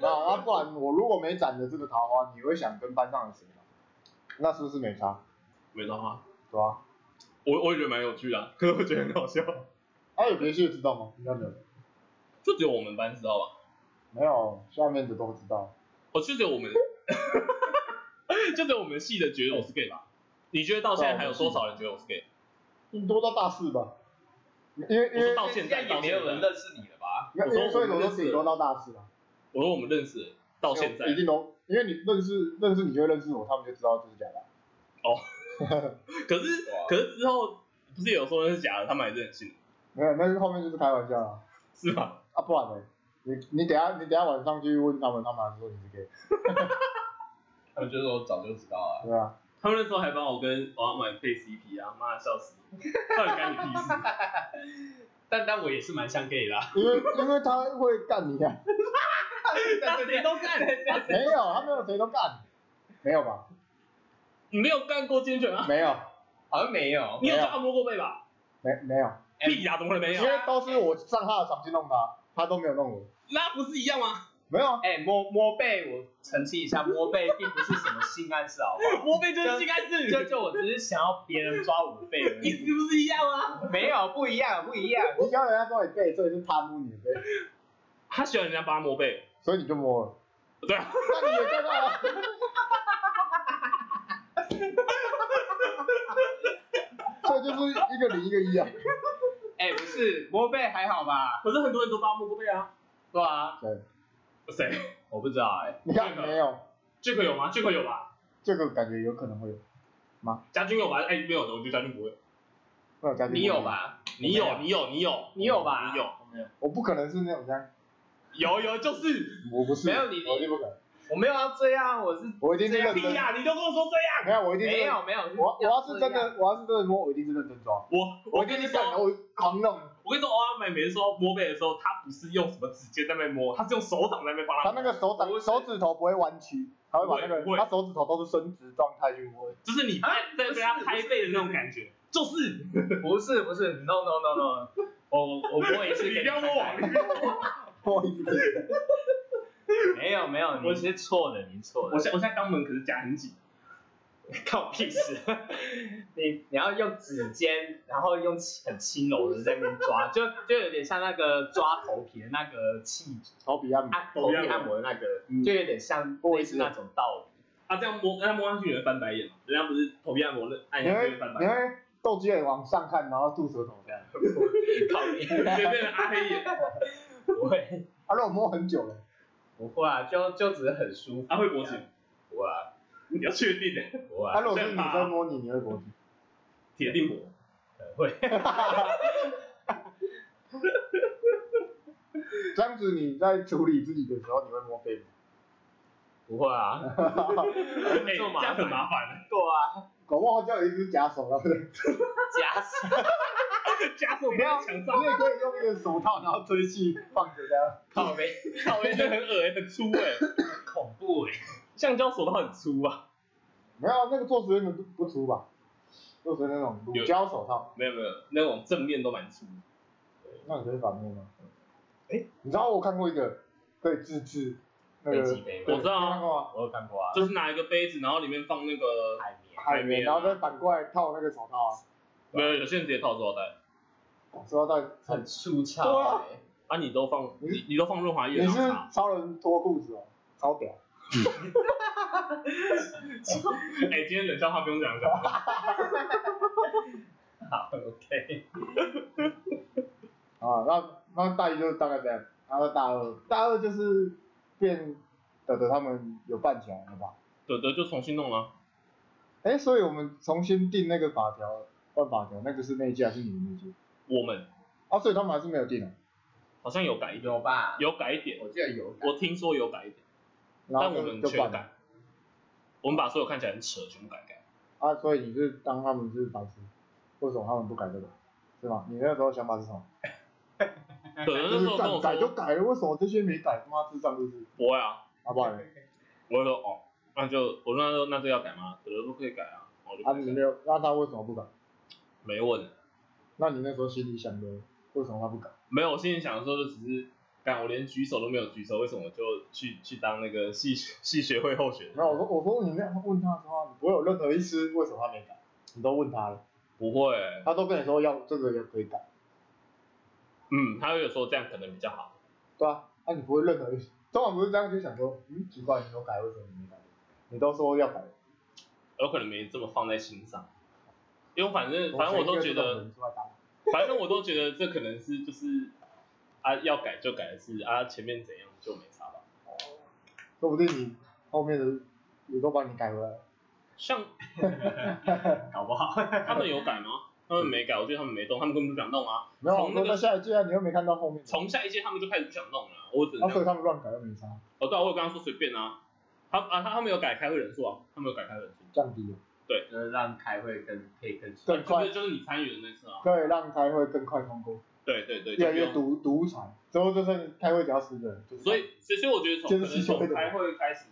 A: 那啊，不然我如果没斩的这个桃花，你会想跟班上的谁吗？那是不是没差？
B: 没到啊，
A: 对吧、
B: 我我也觉得蛮有趣的啊、可是我觉得很好笑。
A: 啊？有别系的知道吗？应该没有，
B: 就只有我们班知道吧？
A: 没有，下面的都知道。
B: 哦，就只有我们， 就只有我们系的觉得我是 gay 吧？你觉得到现在还有多少人觉得我是 gay？
A: 顶多到大四吧，因为因
B: 我
A: 为
B: 说到现
C: 现在
B: 在
C: 也没有人认识你了吧？
A: 因为
B: 我说
A: 因为所以我
B: 我
A: 说
B: 们
A: 顶多到大四吧。
B: 我说我们认识的到现在
A: 一，定都，因为你认识认识你就会认识我，他们就知道这是假的。
B: 可是
C: 对啊
B: 可是之后不是有说那是假的，他们还是很信，
A: 没有，那是后面就是开玩笑啊。
B: 是吗？
A: 啊，不然呢？你你等下你等下晚上去问他们，他们还说你是 gay，
C: 他们就说早就知道了。
A: 对啊。
B: 他们那时候还帮我跟王婉配 CP 啊，妈的笑死！到底干你屁事？
C: 但但我也是蛮像 gay 啦，
A: 因为因为他会干你啊，
B: 那谁都 干，
A: 没有，他没有谁都干，没有吧？
B: 你没有干过健全啊？
A: 没有，
C: 好像没有。哎
B: 你有叫他摸过背吧？
A: 没没有，
B: 屁呀，怎么可能没
A: 因
B: 有？
A: 为都是我上他的场去弄他，他都没有弄我，
B: 那不是一样吗？
A: 没有啊，
C: 哎、摸摸背，我澄清 一下，摸背并不是什么性暗示，好不好？
B: 摸背就是性暗示，
C: 就就我只是想要别人抓我的背而
B: 意 思
C: 已，
B: 不是一样啊吗？
C: 没有不一样，不一样。
A: 你要人家说你背，所以是他摸你的背，
B: 他喜欢人家帮他摸背，
A: 所以你就摸了，
B: 对啊，
A: 那你也看到了，所以就是一个零一个一啊，
C: 哎、不是摸背还好吧？
B: 可是很多人都帮他摸过背啊。
C: 对啊，
A: 对，
B: 谁？
C: 我不知道哎、
A: 你看没有，
B: 这个有吗？这个有吧？
A: 这个感觉有可能会有，
B: 家军有吧？哎，没有的，我觉得家军不会。
A: 我有加进
C: 你
A: 过
C: 有
A: 吗？
C: 吧？
B: 你有，你有，你有，
C: 你有吧
B: 你有，
A: 我不可能是那种这样，
B: 有有就是，
A: 我不是，
C: 没有你
A: 我就不可能，
C: 我没有要这样，我是
A: 我一定是
C: 这样
A: 认真
B: 屁， 呀，你都跟我说这样，
A: 没有，我一定是
C: 啊没
A: 认
C: 有没有，
A: 我我要是真
C: 这样，
A: 的，我要是真的摸，我一定是认真抓。
B: 我
A: 我
B: 我
A: 一定
B: 跟你
A: 是
B: 说
A: 干，的，我狂弄。
B: 我跟你说，欧阿美每次说摸背的时候，他不是用什么指尖在那边摸，他是用手掌在那边帮
A: 他
B: 他
A: 那
B: 摸。
A: 个手掌
C: 不是
A: 手指头不会弯曲，他会把那
B: 不
A: 个
B: 会
A: 他手指头都是伸直状态去摸。
B: 就是你
C: 啊
B: 在在被
C: 不
B: 他
C: 是
B: 拍背的那种感觉，就是
C: 不是不是，no no no no，我我我摸一次给
B: 你不要摸
C: 看看
B: 我，你不要摸我。
A: 不好意思，
C: 没有没有，你是错的，你错的。
B: 我现我现在肛门可是夹很紧，
C: 看我屁事！你你要用指尖，然后用轻很轻柔的在那边抓，就就有点像那个抓头皮的那个器
A: 头皮按摩，
C: 按头皮按摩的那个，
A: 嗯
C: 就有点像类似那种道理。
B: 他啊这样摸，他摸上去你会翻白眼嘛？人家不是头皮按摩，按
A: 你
B: 下
A: 会
B: 去会翻白
A: 你
B: 眼，
A: 会斗鸡眼往上看，然后吐舌头这样。
C: 靠你！
B: 随便阿黑眼，
C: 不会，
A: 啊，如果摸很久了，
C: 不会啊，就就只是很舒服。
B: 阿会勃起，
C: 不会啊，
B: 你要确定的，
C: 不会
A: 啊，
C: 啊，
A: 如果是女生摸你，你会勃起。
B: 铁定勃。
C: 会。
A: 这样子你在处理自己的时候，你会摸背吗？
C: 不会啊，
B: 哎，这
C: 这么麻
B: 样
C: 烦
B: 很麻烦，
C: 对啊，
A: 搞不好就有一只假 手了，不是
C: 假死，
B: 夹手不
A: 不要
B: 要墙上
A: 你，也可以用一个手套，然后吹气放着这样。
C: 靠没
B: 靠，我觉得很恶心，很粗哎，
C: 恐怖哎、
B: 橡胶手套很粗啊。
A: 没有，那个做实验的不不粗吧？做实验那种乳胶手套，
B: 没有没有，那种正面都蛮粗的。
A: 那你可以反面吗？
B: 哎
A: 你知道我看过一个可以自制那
C: 飞
A: 个
C: 机杯吗
A: 对
B: 我知道啊
A: 你看过吗？
C: 我有看过啊，
B: 就是拿一个杯子，然后里面放那个，
C: 海绵，
A: 海绵，
B: 海绵
A: 然后再反过来套那个手套啊，
B: 没有，有些人直接套塑料袋。
A: 手套带
C: 很粗糙、
A: 对啊
C: 欸。
B: 啊，你都放，你你都放润滑液，
A: 你
B: 然后
A: 是
B: 擦。
A: 超人脱裤子哦，超屌。
B: 哎，今天冷笑话不用讲 了。
C: 好，OK。
A: 啊，那那大一就是大概这样，然后大二，大二就是变德德他们有办起来了吧？
B: 对对，就重新弄了。
A: 哎，所以我们重新定那个法条，换法条，那个是那一届还是你们那一届？
B: 我们
A: 啊，所以他们还是没有定啊。
B: 好像有改一点，
C: 有吧？
B: 有改一点，
C: 我记得有改。
B: 我听说有改一点，
A: 然
B: 但
A: 后
B: 我
A: 就
B: 们
A: 就
B: 全
A: 办了
B: 改。我们把所有看起来很扯全部改改。
A: 啊，所以你是当他们是白痴，为什么他们不改这个？是吗？你那时候想法是什么？
B: 对，那
A: 就
B: 时
A: 是
B: 候跟
A: 改
B: 我
A: 改就
B: 说
A: 改了，为什么这些没改？他妈智障就是，
B: 不会啊，
A: 好不好？
B: 我就说哦，那就我说那就那就要改吗？德德说可以改啊，我就
A: 啊，你没
B: 改
A: 有，那他为什么不改？
B: 没问。
A: 那你那时候心里想的，为什么他不改？
B: 没有，我心里想的时候就只是，干我连举手都没有举手，为什么我就去去当那个系系学会候选人？
A: 然后我说，我说你那样问他的话，你不会有任何一丝为什么他没改，你都问他了，
B: 不会，
A: 他都跟你说要这个也可以改，
B: 嗯，他有说这样可能比较好。
A: 对啊，那、你不会任何一丝，通常不是这样就想说，嗯，奇怪，你有改，为什么你没改？你都说要改，
B: 有可能没这么放在心上，因为反正反正我都觉得，
A: 我选一个这种人出来打我
B: 反正我都觉得这可能是就是啊要改就改的事啊，前面怎样就没差吧。
A: 说不定你后面的也都帮你改回来了。
B: 像
C: 搞不好。
B: 他们有 改吗？他们没改，我觉得他们没动，他们根本不想动啊。
A: 没有，我
B: 从那
A: 说
B: 个
A: 那下一届啊，你又没看到后面的，
B: 从下一届他们就开始不想动了、我只
A: 啊，
B: 能这
A: 所以他
B: 样。
A: 们乱改又没差，
B: 哦，对啊，我有跟他说随便啊。他啊他他们有改开会人数啊，他们有改开会人数。啊
A: 降低了，
C: 就是让开会更可以更顺。
A: 更快
B: 就是就是你参与的那次啊。
A: 可以让开会更快通过，
B: 对对对，
A: 越来
B: 就
A: 越
B: 不
A: 独
B: 用。
A: 独裁，之后就剩开会只要十个人，就是
B: 所以所以所以我觉得从可
A: 就是
B: 能
A: 系统会的
B: 从开会开始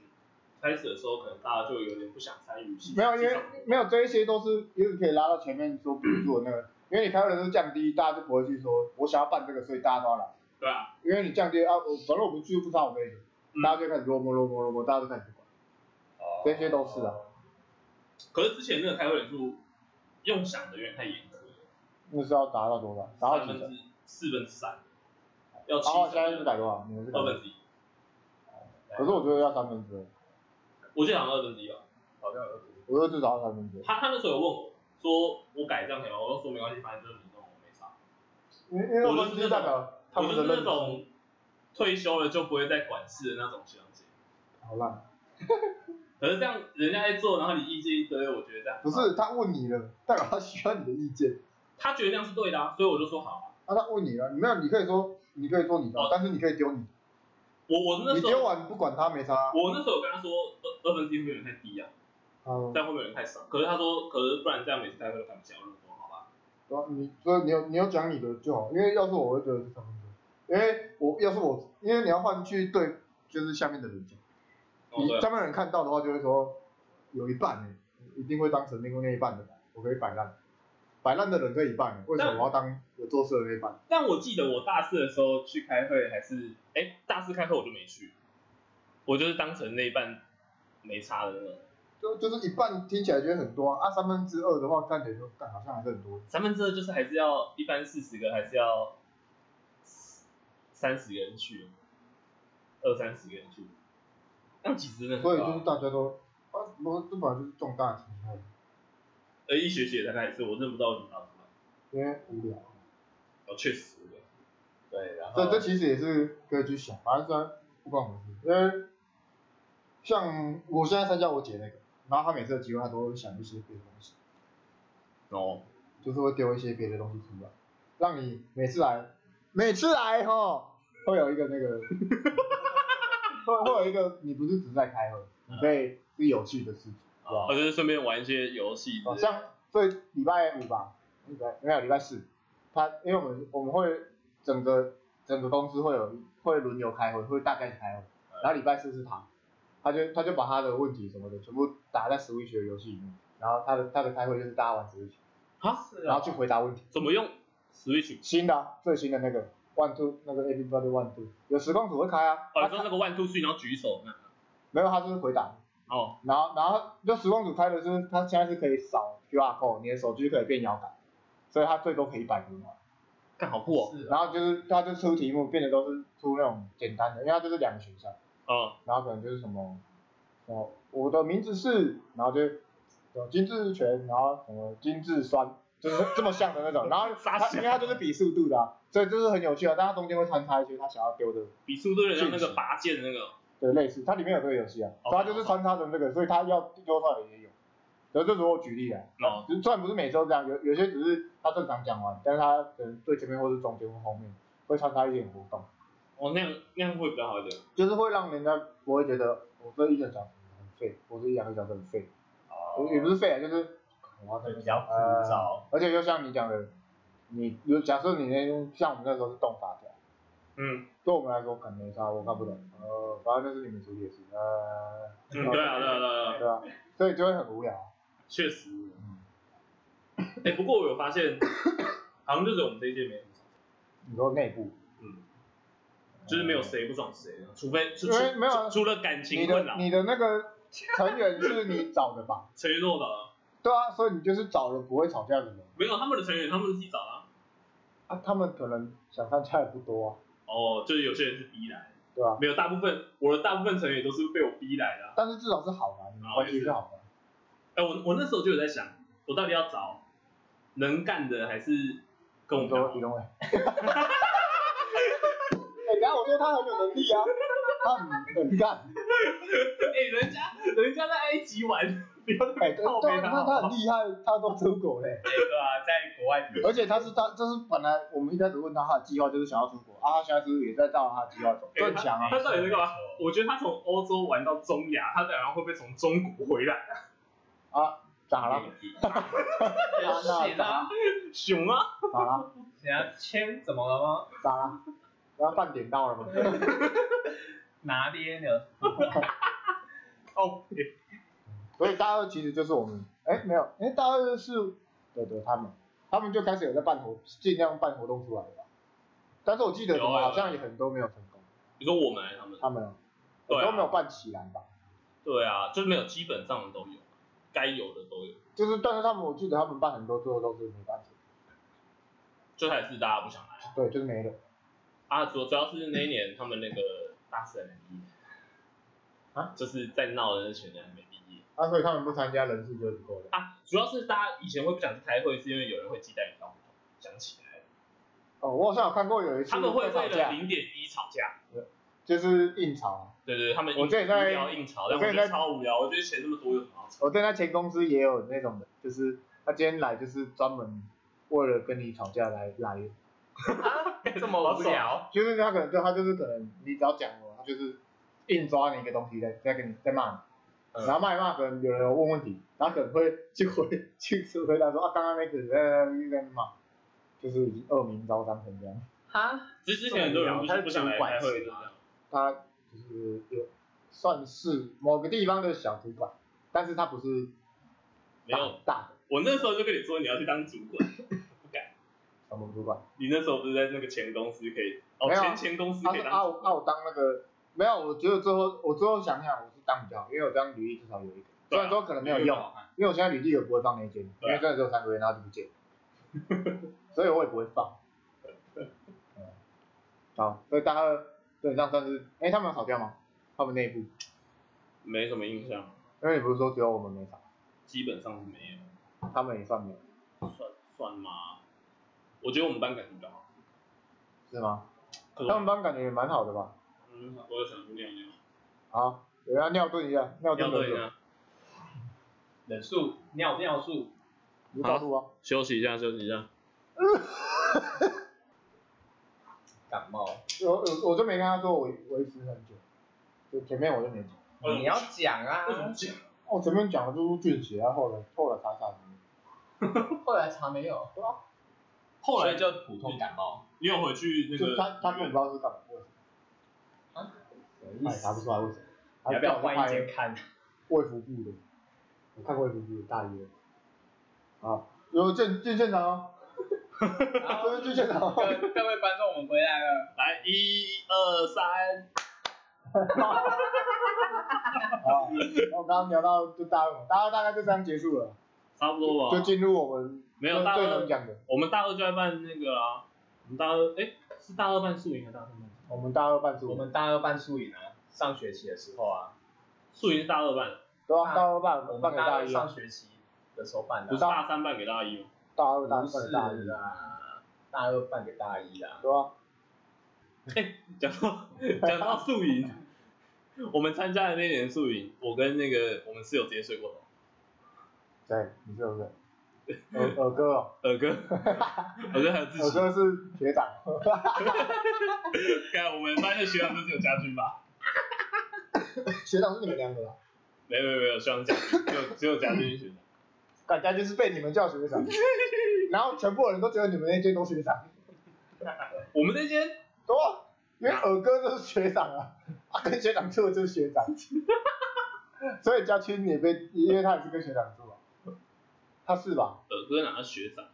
B: 开始的时候，可能大家就有点不想参与系。
A: 没有，因
B: 系
A: 为
B: 统活动
A: 没有这一些都是因为可以拉到前面说补
B: 嗯
A: 助的那个，因为你开会人数降低，大家就不会去说我想要办这个，所以大家都要来，
B: 对啊，
A: 因为你降低啊，我反正我不去又不差我这一个，
B: 嗯
A: 大家就开始落寞落寞落寞，大家都开始不管，这些都是啊。
B: 可是之前那个开会人数用想的有点太严格了，
A: 那是要达到多少？达到
B: 三
A: 几
B: 分
A: 成？
B: 之四分之三，要七
A: 然后
B: 成
A: 现在是改多少？啊你们是改
B: 二
A: 多少
B: 分之一，
A: 可是我觉得要三分之二，
B: 我记得好像二分之一吧。
C: 好像有
A: 我觉得至少要三分之二。
B: 他他那时候有问我说我改这样可以吗？我就说没关系，反正就是你弄我没差。
A: 因为因为
B: 我
A: 我
B: 就是
A: 们是代表他
B: 我
A: 们
B: 就是
A: 的
B: 那
A: 认知，
B: 种退休了就不会再管事的那种学长姐。
A: 好烂。
B: 可是这样人家在做，然后你意见一堆，我觉得这样啊
A: 不是他问你了，代表他需要你的意见。
B: 他觉得那样是对的啊，所以我就说好啊。
A: 那他问你了，你没有，你可以说，你可以说你的，
B: 哦
A: 但是你可以丢你，
B: 我我那
A: 你啊
B: 时
A: 丢
B: 候
A: 完不管他没差。
B: 我那时候有跟他说二二分之一会不会有点太低啊，
A: 嗯，
B: 但会不会有点太少？可是他说，可是不然这样每次开会都看不下，我就说好吧。
A: 对啊你所以你有你有讲你的就好，因为要是我会觉得是三分因为我要是我，因为你要换去对，就是下面的人讲，
B: 哦
A: 你
B: 对啊，
A: 下面的人看到的话就会说，有一半欸一定会当成另外那一半的，我可以摆烂，摆烂的人可以一半欸，为什么
B: 但
A: 我要当有做事的那一半？
B: 但我记得我大四的时候去开会，还是哎、大四开会我就没去，我就是当成那一半没差的那种，
A: 就就是一半听起来觉得很多啊，啊三分之二的话看起来就干好像还是很多，
B: 三分之二就是还是要一般四十个还是要三十个人去，二三十个人去，那样其实真的很
A: 所以
B: 高啊
A: 就是大家都啊，我这本来就是重大情绪，
B: 而一呃学期也才开始，我认不到领导出来。
A: 因为无聊。
B: 哦，确实无聊。
C: 对，然
A: 这
C: 后
A: 这其实也是可以去想，反正虽然不关我们事，因为像我现在参加我姐那个，然后她每次有机会她都会想一些别的东西，
B: 哦，
A: 就是会丢一些别的东西出来，让你每次来，每次来哈，会有一个那个， 会会有一个你不是只是在开会，你可以是有趣的事情，对吧
B: 我、哦就是顺便玩一些游戏之
A: 哦，
B: 类的。
A: 像所以礼拜五吧，礼拜没有礼拜四，他因为我们我们会整个整个公司会有会轮流开会，会大概开会，然后礼拜四是他，他就他就把他的问题什么的全部打在 Switch 的游戏里面，然后他的他的开会就是大家玩 Switch，
B: 啊，是啊
A: 然后去回答问题，
B: 怎么用 Switch？
A: 新的啊、最新的那个 One Two 那个 Everybody One Two 有时光组会开啊，
B: 哦，
A: 他
B: 你说那个 One Two Three，然后举手那。
A: 没有他就是回答，
B: 哦，
A: 然后然后就时光组开的就是它现在是可以扫 QR code，你的手机可以变摇杆，所以它最多可以一百零嘛。
B: 干好酷哦。
C: 是啊
A: 然后就是它就出题目变得都是出那种简单的，因为它就是两个选项，
B: 哦，
A: 然后可能就是什么，哦，我的名字是，然后就有金志全，然后什么金志酸，就是这么像的那种。然后
B: 傻
A: 它
B: 小
A: 因为它就是比速度的啊、所以就是很有趣啊。但它中间会穿插一些它想要丢的，
B: 比速度人像那个拔剑的那个。
A: 对，类似它里面有这个游戏啊，
B: 哦
A: 所以它就是穿插成这个，所以它要丢出来的也有。然后这是我举例啊，
B: 哦，
A: 就虽然不是每周这样，有有些只是他正常讲完，但是他可能最前面或是中间或后面会穿插一点活动，
B: 哦，那样那样会比较好一点。
A: 就是会让人家不会觉得我这一个小时很废，我这一两个小时很废，
C: 哦
A: 也不是废啊，就是我要再
C: 会比较枯燥，
A: 而且就像你讲的，你如假设你那天像我们那时候是动法条，
B: 嗯
A: 对我们来说可能没差，我看不懂，呃，反正那是你们处理的事，呃，
B: 哦嗯，对啊对啊对啊，对啊
A: 对吧？所以就会很无聊啊，
B: 确实。
A: 嗯，
B: 哎，不过我有发现，好像就是我们这一届没什么，
A: 你说内部，
B: 嗯，就是没有谁不爽谁的，除非除
A: 因为没有啊
B: 除除了感情
A: 你
B: 困
A: 的
B: 扰，
A: 你的那个成员是你找的吧？
B: 成员多少？
A: 对啊，所以你就是找了不会吵架的人
B: 没有他们的成员，他们自己找啊。
A: 啊，他们可能想参加也不多啊，
B: 哦，就是有些人是逼来的，
A: 对吧、
B: 没有大部分我的大部分成员都是被我逼来的啊、
A: 但是至少是好的、啊，你们关系是好的啊。
B: 哎、我我那时候就有在想，我到底要找能干的还是跟我
A: 你
B: 比较
A: 说
B: 好
A: 李东伟， 哎、等一下我觉得他很有能力啊，他很很干，
B: 哎、人家人家在埃及玩，不要
A: 哎、对
B: 靠
A: 对
B: 背
A: 啊，
B: 他
A: 那
B: 好不
A: 他
B: 好
A: 很厉害，他都出国嘞，
C: 哎对啊，在国外比
A: 而且他是他这是本来我们一开始问他他的计划就是想要出国啊，他现在是不是也在照他的计划走，
B: 哎
A: 更强啊
B: 他。到底在干嘛
C: 没错？
B: 我觉得他从欧洲玩到中亚，他等下会不会从中国回来？
A: 啊咋了？
C: 较闲啊，
B: 熊啊！
A: 咋了？
C: 闲啊，签怎么了吗？
A: 咋了？然后饭点到了吗？
C: 拿捏呢？
B: 哦，
A: 所以大二其实就是我们，哎、没有，哎、大二是，对对，他们，他们就开始有在办活，尽量办活动出来了吧。但是我记得
B: 有
A: 我
B: 啊
A: 们
B: 有啊
A: 好像也很多没有成功，
B: 你说我们还是他们？
A: 他们
B: 对啊
A: 都没有办起来吧。
B: 对啊，就是没有，基本上都有，该有的都有，
A: 就是，但是他们我记得他们办很多最后都是没办成，
B: 就还是大家不想来
A: 对，就是没了。
B: 啊。主主要是那一年他们那个大四还没毕业
A: 啊，
B: 就是在闹的那群人还没毕业。
A: 啊，所以他们不参加人数就是不够的。
B: 啊，主要是大家以前会不想去开会，是因为有人会鸡蛋里挑骨头。想起来了，
A: 哦，我好像有看过有一次
B: 他们会
A: 在
B: 为
A: 吵
B: 了
A: 架，
B: 零点一吵架。
A: 就是啊硬吵。
B: 对对，对他们
A: 我之前
B: 硬
A: 在
B: 无聊硬吵，但
A: 我之
B: 我
A: 前
B: 觉得
A: 在
B: 超无聊。我觉得钱那么多有什么好吵？
A: 我对那前公司也有那种的，就是他今天来就是专门为了跟你吵架来来，
D: 这么无聊，
A: 就是他可能对他就是可能你只要讲我，他就是硬抓你一个东西在在跟你在骂你。
B: 嗯
A: 然后骂一骂，可能有人有问问题，然后可能会去回去回答说啊，刚刚那个人在在在骂，就是已经恶名昭彰成这样。
D: 哈，
B: 其实之前很多人不是不想来开会的，
A: 他就是有算是某个地方的小主管，但是他不是
B: 没
A: 大
B: 有。
A: 大的
B: 我那时候就跟你说你要去当主管，
A: 什么主管，
B: 你那时候不是在那个前公司可以，哦
A: 没有
B: 前前公司
A: 啊
B: 可以
A: 啊
B: 当主
A: 我啊我当那个没有，我觉得最后我最后想想我是当比较好，因为我这样履历至少有一个，虽
B: 对啊
A: 然说可能没有用，因为我现在履历也不会放那一间，因
B: 对啊
A: 为真的只有三个月，然后就不见了， 所以我也不会放。嗯好，所以大家基本上算是，哎、他们有吵架吗？他们内部，
B: 没什么印象，
A: 因为你不是说只有我们没吵，
B: 基本上是没有，
A: 他们也算没有，
B: 算算吗？我觉得我们班感情比较好，
A: 是吗？
B: 可是
A: 他们班感觉也蛮好的吧？
B: 嗯，我有想去尿尿，
A: 好，有人要尿遁一下，尿遁
B: 尿
A: 多
B: 遁一
A: 久？
B: 下，
C: 忍术尿尿术，
A: 你告诉我，
B: 休息一下，休息一下。
C: 感冒。
A: 我我我就没跟他说我维持很久，就前面我就没讲。
C: 嗯
D: 你要讲啊
B: 为，什么讲？
A: 我前面讲的就是俊杰啊，后来后来查查什么，
D: 后来查没有，
B: 后来
C: 就普通感 冒，
B: 你有回去那
A: 就
B: 个
A: 他他根本不知道是干嘛，为什么？哎，查不出来为什么？
C: 你要不要换一间
A: 件？
C: 看？
A: 卫福部的，我看过卫福部的大约。啊，有见见现场哦，
D: 然
A: 这
D: 后
A: 边见现场哦。
D: 各各位观众，我们回来了，
B: 来一二三，
A: 啊，然后我刚刚聊到就大二嘛，大二大概就这样结束了，
B: 差不多吧
A: 就。进入我们
B: 没有大
A: 最能
B: 二，
A: 讲的，
B: 我们大二就在办那个啊，我们大二哎是大二办宿营还是大三办？
A: 我们大二半
C: 我
A: 组，
C: 们大二办宿营啊，上学期的时候啊，
B: 宿营是大二办，
A: 对啊，大二半
C: 我
A: 半
C: 们
A: 给
C: 大
A: 大
C: 二
A: 一
C: 上
A: 啊，
C: 学期的时候办的
A: 不
C: 啊，
A: 是啊
B: 大三办给 大一嘛。
A: 大二大
C: 不
A: 半
C: 是
A: 给大一，
C: 啦，啊大二办给大一啦。
A: 对啊，
B: 讲到讲到宿营，我们参加的那年宿营，我跟那个我们室友直接睡过头。
A: 对，你是不是？耳耳哥 哦，
B: 耳哥，耳哥还有自
A: 耳
B: 己，
A: 哥是学长，
B: 看我们班的学长都只有家军吧？
A: 学长是你们两个啊啦，
B: 没有没有没有，学长家军，只 有只有家军学长。
A: 感觉就是被你们叫 学长，然后全部人都觉得你们那届都学长，
B: 我们那间
A: 对啊，因为耳哥就是学长啊，啊跟学长住的就是学长，所以家军也被，因为他也是跟学长住啊，他是吧？
B: 耳哥哪是学长？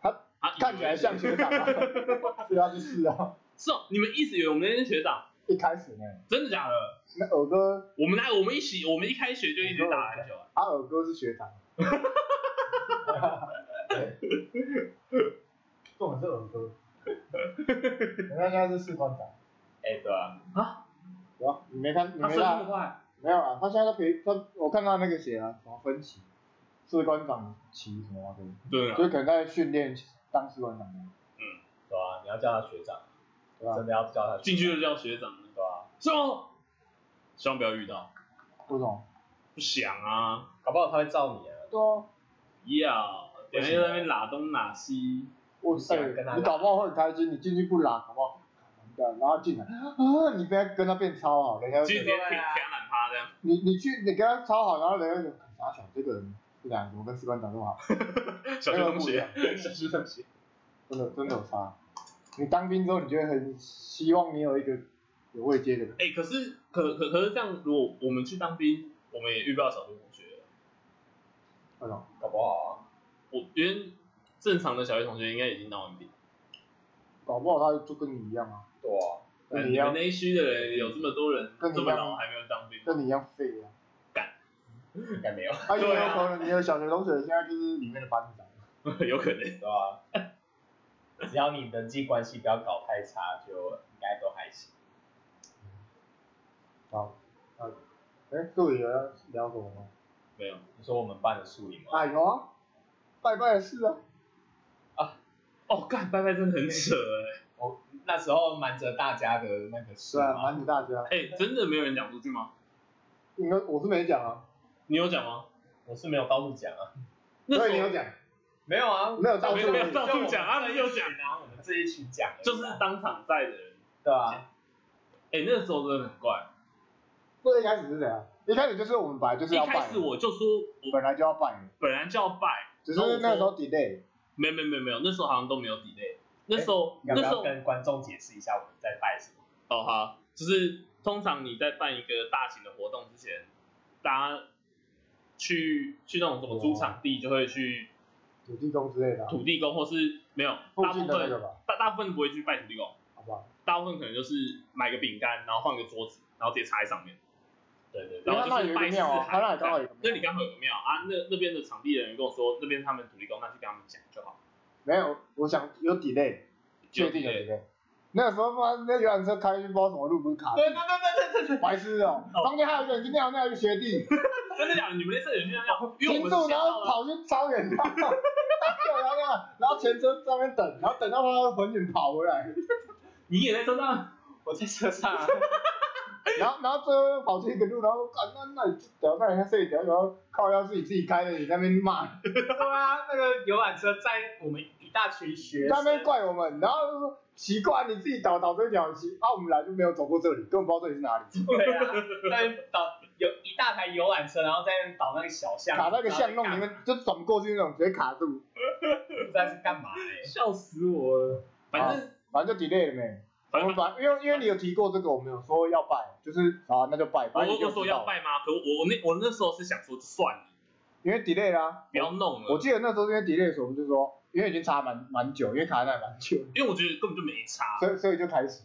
A: 他
B: 他以
A: 看
B: 为
A: 起来像学长啊，对啊就是啊，
B: 是哦，你们一直以为我们那间学长，
A: 一开始呢，
B: 真的假的？
A: 那耳哥
B: 我们来，我们一起，我们一开学就一起打篮球啊。
A: 啊耳哥是学长，重点是耳哥，人家现在是士官长。
C: 哎，对啊，
A: 有啊，你没看，你
B: 他
A: 没
B: 升那么
A: 看，
B: 快，
A: 没有啊，他现在在陪他，我看到那个写啊，什么分歧，士官长棋什么玩意
B: 对啊
A: 就，是可能在训练当士官长的，
C: 对啊，你要叫他学长，
A: 对啊吧、
C: 真的要叫他学长
B: 进去就叫学长了，
C: 对啊，
B: 是吗？希望不要遇到，
A: 不懂，
B: 不想啊，
C: 搞不好他会罩你啊。
A: 对啊，
B: 不要，等下又在那边拉东拉西，
A: 我
C: 你想跟他
A: 哎你搞不好会很开心，你进去不拉，搞不好完蛋，然后进来啊，你不要跟他变超好，人家
B: 今
A: 会
B: 天
A: 觉得
B: 天天懒趴这样，
A: 你你去你跟他超好，然后人家就傻想这个人这两个我跟士官长这么好，
B: 小学同学，
A: 哎那个不一样
B: 小学同学，
A: 真的真的有差。你当兵之后，你就会很希望你有一个有位阶的人，
B: 哎，可是可可可是这样，如果我们去当兵，我们也遇不到小学同学了，
A: 那种
C: 搞不好、啊，
B: 我觉得正常的小学同学应该已经当完兵，
A: 搞不好他就跟你一样啊，
C: 对啊，
A: 跟
B: 你
A: 你一
B: 们
A: 样，
B: 那一区的人有这么多人
A: 跟你
B: 这
A: 一样
B: 么老还没有当兵，
A: 跟你一样废啊。
C: 应该没有，
A: 而且
B: 对
A: 有
B: 啊
A: 可能你的小学同学现在就是里面的班长，
B: 有可能，
C: 对啊。 只要你人际关系不要搞太差，就应该都还行。
A: 好，啊，哎，各位有要聊什么吗？
B: 没有
C: 你说我们办的宿营吗？
A: 啊，有啊，拜拜的事啊，
B: 哦，干拜拜真的很扯
C: 我那时候瞒着大家的那个事
A: 对啊，
C: 嘛，
A: 瞒着大家，
B: 哎，哎，真的没有人讲出去吗？
A: 应该我是没讲啊，
B: 你有讲吗？
C: 我是没有到处讲啊。
B: 那
A: 所以
B: 时
A: 你
B: 候
A: 有讲，
D: 没有啊，
A: 没有到
B: 没
A: 处
B: 有没有到处讲，啊，又讲，
C: 然后我们自己去讲，
B: 就是当场在的人，
C: 对吧？
B: 哎，那时候真的很怪。
A: 最一开始是怎样？一开始就是我们本来就是
B: 一
A: 要办，
B: 开始我就说，我
A: 本来就要办，
B: 本来就要拜，
A: 只是那时候 delay。
B: 没没没没有，那时候好像都没有 delay，那时候那
C: 要不
B: 时
C: 要
B: 候
C: 跟观众解释一下我们在拜什么？
B: 哦好，就是通常你在办一个大型的活动之前，大家去去那种什么租场地，就会去
A: 土地公之类的啊，
B: 土地公，或是没有
A: 附
B: 大
A: 近
B: 部
A: 的那个
B: 分
A: 吧，
B: 大大部分不会去拜土地公，
A: 好不好？
B: 大部分可能就是买个饼干，然后换个桌子，然后直接插在上面，
C: 对对对，
B: 然后就
A: 那里
B: 是
A: 有一
B: 拜
A: 个
B: 四
A: 庙啊，他
B: 海。
A: 那里刚好有一个
B: 那
A: 庙
B: 你，刚好有个庙啊，那那边的场地的人跟我说，那边他们土地公，那去跟他们讲就好。
A: 没有，我想有 delay，确定有 delay。那时候妈那游览车开去不知道什么路，不是卡住，
D: 对对对对对对，
A: 白痴哦、
B: 哦
A: 中间还有一个人去尿尿，一个学弟
B: 真的假的？你们那次有去那样？因为
A: 停
B: 我们
A: 住，
B: 吓
A: 然
B: 到
A: 后
B: 了，
A: 跑去超远道，他跳然后那样，然后全车在那边等，然后等到他浑身跑回来，
B: 你也在车上，
C: 我在车上啊，
B: 哎
A: 然后然后最后跑去一个路，然后看那那你等到人家睡着，然后靠要自己自己开的，你在那边骂，
C: 对啊，那个游览车载我们一大群学
A: 在那边
C: 生，
A: 怪我们，然后就说奇怪，你自己导导这条溪，啊，我们来就没有走过这里，根本不知道这里是哪里，
C: 对啊，在那边导有一大台游览车，然后在那边导那个小巷，
A: 卡在一个巷弄里
C: 然后在
A: 面就转不过去那种，直接卡住，
C: 干，不知道是干嘛欸
B: 笑死我了。反正
A: 反正就 delay 了没。我
B: 反正
A: 们反因为因为你有提过这个，我们有说要拜，就是啊那就拜，
B: 我
A: 反正
B: 我
A: 你就
B: 我
A: 知道
B: 说要，拜吗？可我我那我那时候是想说算了，
A: 因为 delay 啦、
B: 不要弄了
A: 我，记得那时候因为 delay 的时候，我们就说，因为已经差蛮蛮久，因为卡在那蛮久，
B: 因为我觉得根本就没差，
A: 所以所以就开始，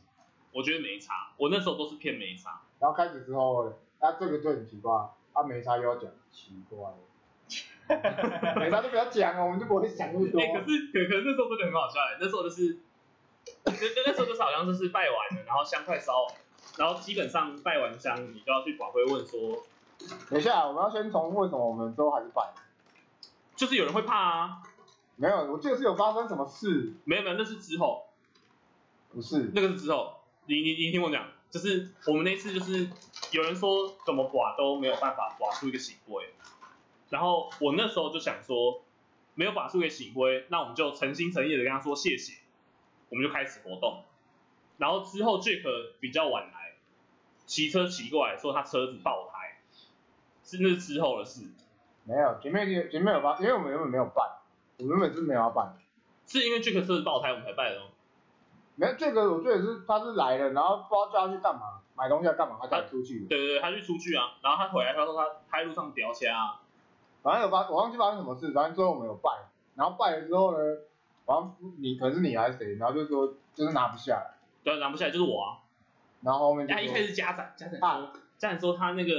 B: 我觉得没差，我那时候都是骗没差。
A: 然后开始之后，啊这个就很奇怪，啊没差又要讲，奇 怪，没差就不要讲了，我们就不会想那么多
B: 哎、。可是可可是那时候真的很好笑哎、那时候就是，那那那时候就是好像就是拜完了，然后香快烧完，然后基本上拜完香，你就要去保会问说，
A: 等一下，我们要先从为什么我们之后还是拜？
B: 就是有人会怕啊，
A: 没有，我记得是有发生什么事，
B: 没有没有，那是之后，
A: 不是？
B: 那个是之后，你你你听我讲，就是我们那次就是有人说怎么刮都没有办法刮出一个醒龟，然后我那时候就想说，没有把出一个醒龟，那我们就诚心诚意的跟他说谢谢，我们就开始活动，然后之后 Jack 比较晚来，骑车骑过来说他车子爆胎，是那是之后的事，
A: 没有，前面有前面有发，因为我们原本没有办，我们原本是没有要办。
B: 是因为 Jack 车子爆胎我们才办的哦，
A: 没有这个，我觉得是他是来了，然后不知道叫他去干嘛，买东西要干嘛，他带出去了。
B: 对对对，他去出去啊，然后他回来他说他他在路上掉车啊。
A: 反正有发，我忘记发生什么事，反正最后我们有拜，然后拜了之后呢，好像你可能是你还是谁，然后就说就是拿不下来，
B: 对啊，拿不下来就是我啊！
A: 然后后面就
B: 他一开
A: 说
B: 始家长家长
A: 啊
B: 说，家长说他那个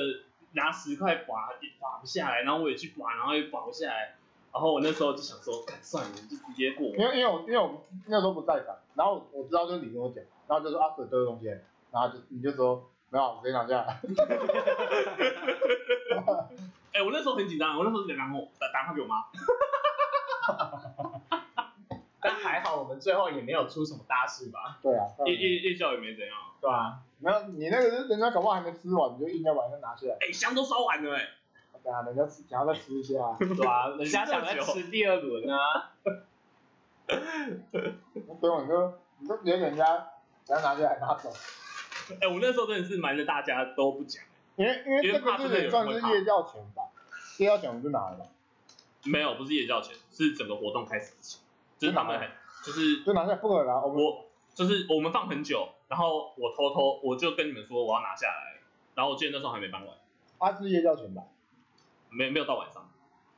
B: 拿十块拔也拔不下来，然后我也去拔，然后也拔不下来，然后我那时候就想说，干算了，就直接过。
A: 因为因为我因为我那时候不在场，然后我知道就是你跟我讲，然后就说阿可这个东西，然后就你就说没有，我直接拿下来，
B: 哎、我那时候很紧张，我那时候就打电话打打电话给我妈，
C: 但还好我们最后也没有出什么大事吧，
A: 对啊，
B: 夜夜夜宵也没怎样。
C: 对吧？
A: 没有你那个是人家搞不好还没吃完，你就硬要把它拿下来，
B: 哎、香都烧完了哎、
A: 等下人家吃想要再吃一下，
C: 对啊，人家想再吃第二轮啊，
A: 不用你就你就直接给人家给他拿下来拿走，
B: 哎、我那时候真的是瞒着大家都不讲，
A: 因为因为这个是也算是夜教钱吧，夜教钱我们就拿了吧，
B: 没有，不是夜校前，是整个活动开始之前，就是他们很，就是
A: 就拿下来不可能啊，我们
B: 我就是我们放很久，然后我偷偷我就跟你们说我要拿下来，然后我记得那时候还没搬完，
A: 阿是夜教钱吧，
B: 没没有到晚上。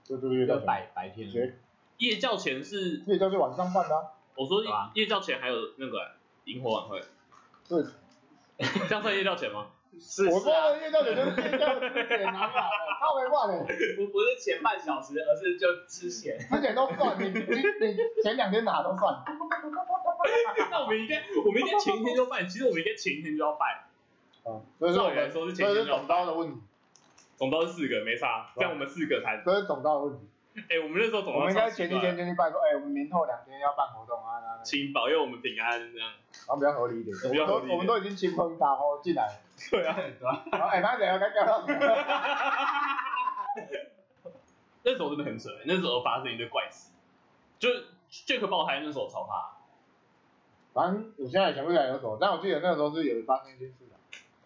A: 就就是夜教
C: 就
A: 钱。
C: 白白天
A: 学
B: 夜教前是
A: 夜教是晚上办的、啊，
B: 我说
C: 对啊
B: 夜教前还有那个萤火晚会，
A: 对，
B: 这样算夜教前吗？
C: 是
A: 我
C: 是
A: 说
C: 啊，
A: 的夜教姐就是夜教之前拿下来的，啊超没办的，
C: 不不是前半小时，而是就之前。
A: 之前都算，你你你前两天拿都算，
B: 那我们应该，我们应该前一天就办，其实我们应该前一天就要办。
A: 嗯，所以
B: 照
A: 说我
B: 理来
A: 们
B: 说
A: 所
B: 是前一
A: 以是
B: 天就要
A: 总刀
B: 办，
A: 的问题，
B: 总到是四个，没差，这样我们四个才。
A: 这是总刀的问题，
B: 哎，我们那时候总
A: 啊我们
B: 到
A: 应该
B: 超奇
A: 前一
B: 怪
A: 天
B: 的，
A: 就去拜说，哎，我们明后两天要办活动啊，那那那
B: 请保佑我们平安这样。
A: 然后比较合理一点，我
B: 比
A: 们
B: 较
A: 都
B: 合理一
A: 我
B: 点
A: 们都已经清风打后进来了，
B: 对啊，
A: 然后哎，那等下该干到你，
B: 欸那时候真的很扯，那时候发生一堆怪事。就是 Jack 爆胎那时候我超怕，
A: 反正我现在也想不起来有什么，但我记得那个时候是有发生一些事的，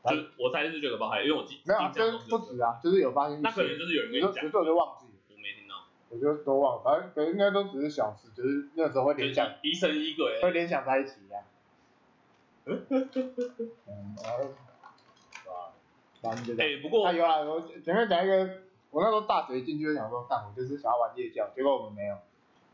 A: 啊
B: 就是我猜是 Jack 爆胎，因为我记
A: 没有啊，
B: 印象
A: 真
B: 中是
A: 不止啊，就是有发生一
B: 那可
A: 些
B: 能，就是有人
A: 有
B: 跟
A: 时候只
B: 你讲
A: 是，我就忘记了，
B: 我没听到，
A: 我就都忘了，反正可能应该都只是小事，只是那时候会
B: 就
A: 联
B: 是
A: 想，
B: 疑神疑鬼，
A: 会联想在一起一样。嗯，然后，然后就这样。
B: 哎，不过
A: 啊有啊，我前面讲一个，我那时候大学进去就想说，干我就是想要玩夜教，结果我们没有，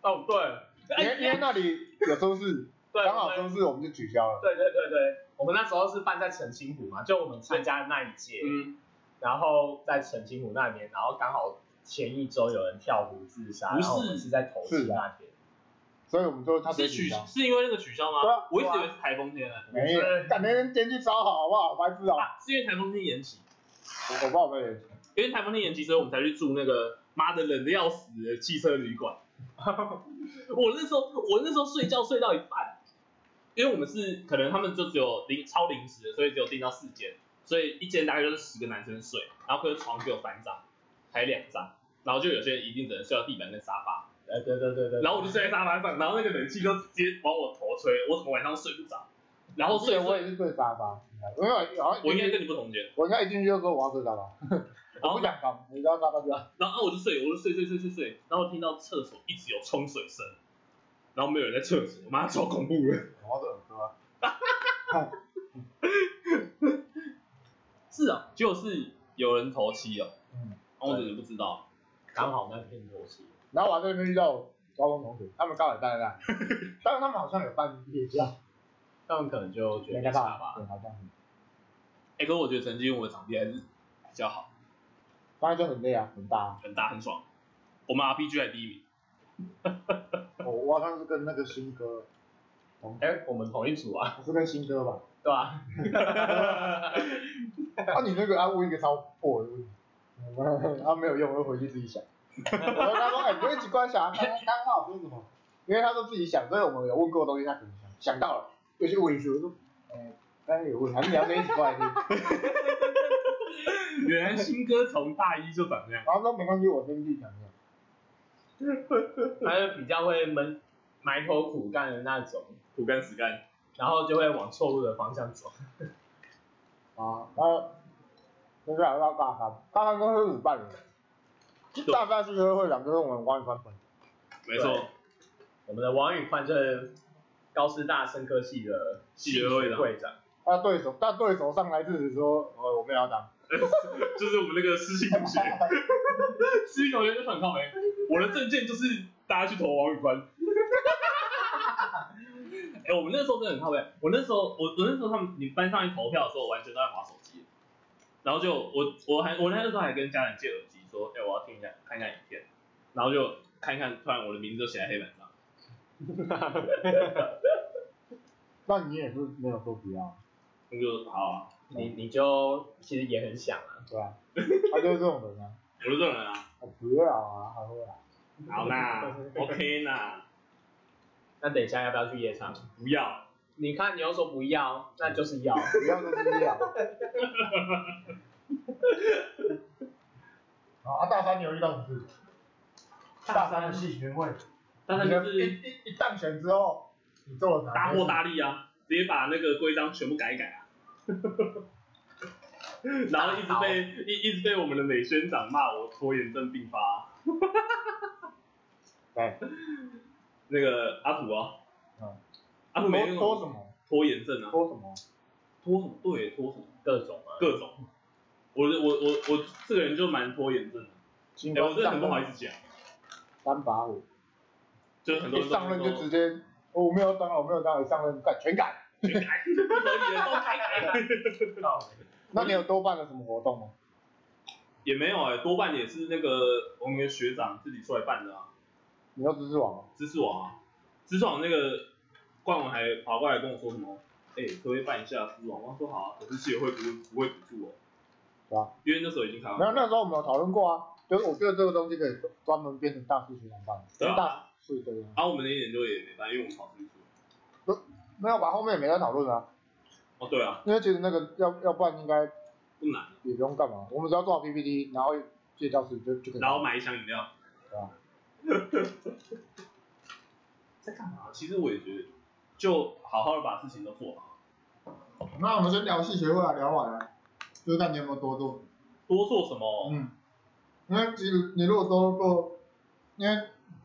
C: 哦，对，
A: 因为因为那里有收视，
C: 对，
A: 刚好
C: 我们
A: 收视我们就取消了。
C: 对对对对，我们那时候是办在澄清湖嘛，就我们参加的那一届，
B: 嗯，
C: 然后在澄清湖那边，然后刚好前一周有人跳湖自杀，
B: 不是啊
C: 然后我们是在头七
A: 是的
C: 那天，
A: 所以我们就他
B: 是
A: 被
B: 取
A: 取消。
B: 是因为那个取消
A: 对
B: 吗
A: 啊？
B: 我一直以为是台风天呢，
A: 没有，感觉天气超好，好不好？白痴啊！
B: 啊，是因为台风天延期，
A: 我我不好被人
B: 因为台风天延期，所以我们才去住那个妈的冷的要死的汽车旅馆。我那时候我那时候睡觉睡到一半，因为我们是可能他们就只有临超临时的，所以只有订到四间，所以一间大概就是十个男生睡，然后可是床只有三张，还两张，然后就有些人一定只能睡到地板跟沙发，
C: 呃，对对对对，
B: 然后我就睡在沙发上，然后那个冷气就直接往我头吹，我怎么晚上都睡不着，然后
A: 我之
B: 睡
A: 前我
B: 哦我
A: 也是睡沙发，因为好像
B: 我应该跟你不同间，
A: 我应该一进去就说我要睡沙发，
B: 然
A: 我
B: 后
A: 不想搞，你知道沙发吗？
B: 然后我就睡，我就睡睡睡睡睡，然后听到厕所一直有冲水声，然后没有人在厕所，妈超恐怖的。
A: 我的耳朵啊，
B: 是啊，就是有人头七哦，
A: 嗯，
B: 然后我怎么不知道？
C: 刚好那天头七，
A: 然后我还在那边遇到我高中同学，他们刚好也在那， 但是他们好像有办夜校，
C: 他们可能就觉得没
A: 办
C: 差
A: 法，
C: 吧，
A: 对，好像是，
B: 哎，可是我觉得曾经我的场地还是比较好，
A: 反正就很累啊，很大啊。
B: 很大很爽。我们 RPG 还第一名，
A: 我哦我好像是跟那个新哥，
C: 哎，我们同一组啊，
A: 我是跟新哥吧？
C: 对 吧？
A: 啊，你那个啊，问一个超破的问题，他没有用，我就回去自己想。我跟他说，哎、你就一起观想，刚刚好说什么？啊因为他都自己想，所以我们有问过的东西，他可能想想到了，又去问一次。我说，哎、刚刚有问，还是你要跟一起过来听？
B: 原来新哥从大一就长这样。
A: 然后说没关系，我跟自己讲讲。
C: 他就比较会闷埋头苦干的那种，
B: 苦干实干，
C: 然后就会往错误的方向走。
A: 啊，然后接下来到大三，大三公司五办人，大三是社会长，就是我们关于翻本。
B: 没错，
C: 我们的王宇宽就是高师大生科系的
B: 系学会长
C: 会长，
A: 他啊对手，他对手上来就是说，呃，我们也要当。
B: 就是我们那个私信同学，私信同学就很靠没，我的证件就是大家去投王宇宽。哎、我们那时候真的很靠背。我那时候，我我那时候他们你们班上一投票的时候，我完全都在划手机，然后就我我还我那时候还跟家人借耳机说，哎、我要听一下看一下影片，然后就看一看，突然我的名字就写在黑板上，
A: 那你也是没有说不要，
B: 我就好、啊，
C: 你你就其实也很想啊，
A: 对吧、他就是这种人啊，
B: 我就这种人啊，
A: 我不要啊，还会啊，
B: 好啦，OK 啦，
C: 那等一下要不要去夜场？
B: 不要，
C: 你看你又说不要，那就是要。
A: 不要就不要。 好啊，大三你有遇到什么事？大三的系学会，
B: 但是就
A: 一
B: 是
A: 一一当选之后，你做了啥？
B: 大破大立啊，直接把那个规章全部改一改啊， 然后一直被一一直被我们的美宣长骂我拖延症并发、
A: 对，
B: 那个阿土啊，
A: 嗯
B: 阿土
A: 多
B: 啊没那
A: 多
B: 种
A: 什么？
B: 拖延症啊，
A: 多什么？
B: 拖什么对拖什么
C: 各种啊，
B: 各种，我我我我这个人就蛮拖延症的，
A: 金
B: 哎、我真的很不好意
A: 思。
B: 思讲，
A: 三把五，
B: 就是很多
A: 一
B: 人都
A: 上任就
B: 说
A: 直接，哦我没有当了，我没有当了，一上任干全改。
B: 全 改， 不合理的都改改，
A: 那你有多办了什么活动吗？
B: 也没有哎、多半也是那个我们的学长自己出来办的啊。
A: 你要知识网吗？
B: 知识网啊，知识网那个冠文还跑过来跟我说什么，哎、可不可以办一下知识网？我说好啊，可是系会不会不会补助哦。
A: 对啊，
B: 因为那时候已经开完
A: 没有，那时候我们有讨论过啊，就是我觉得这个东西可以专门变成大四学长办，
B: 对啊
A: 大四对啊，
B: 然后我们那一年就也没办，因为我们考分数。
A: 没有吧？后面也没在讨论啊，
B: 哦，对啊，
A: 因为其实那个要要不然应该
B: 不难，
A: 也不用干嘛，我们只要做好 PPT，然后啊借教室就就可以。
B: 然后买一箱饮料。
A: 对啊
B: 在干嘛？其实我也觉得，就好好的把事情都做好，
A: 那我们先聊系学会啊，聊完了，就是看你有没有多做。
B: 多做什么
A: 嗯，因为其实你如果都做，因为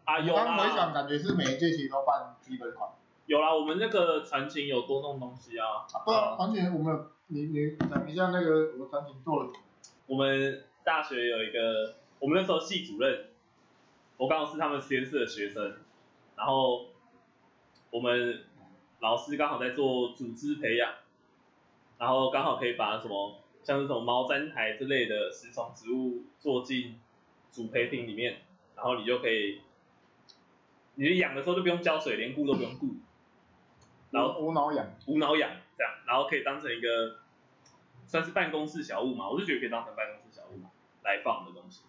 B: 啊？有
A: 我刚回
B: 啦，
A: 想，感觉是每一届其实都办基本款。
B: 有啦，我们那个传情有多弄东西啊。
A: 啊不然团体我们有你你讲一下那个我们团体做了什么？
B: 我们大学有一个，我们那时候系主任，我刚好是他们实验室的学生，然后我们老师刚好在做组织培养，然后刚好可以把什么像这种毛毡苔之类的食虫植物做进主培品里面，然后你就可以，你养的时候就不用浇水，连顾都不用顾，然后
A: 无脑养，
B: 无脑养这样，然后可以当成一个算是办公室小物嘛，我就觉得可以当成办公室小物来放的东西。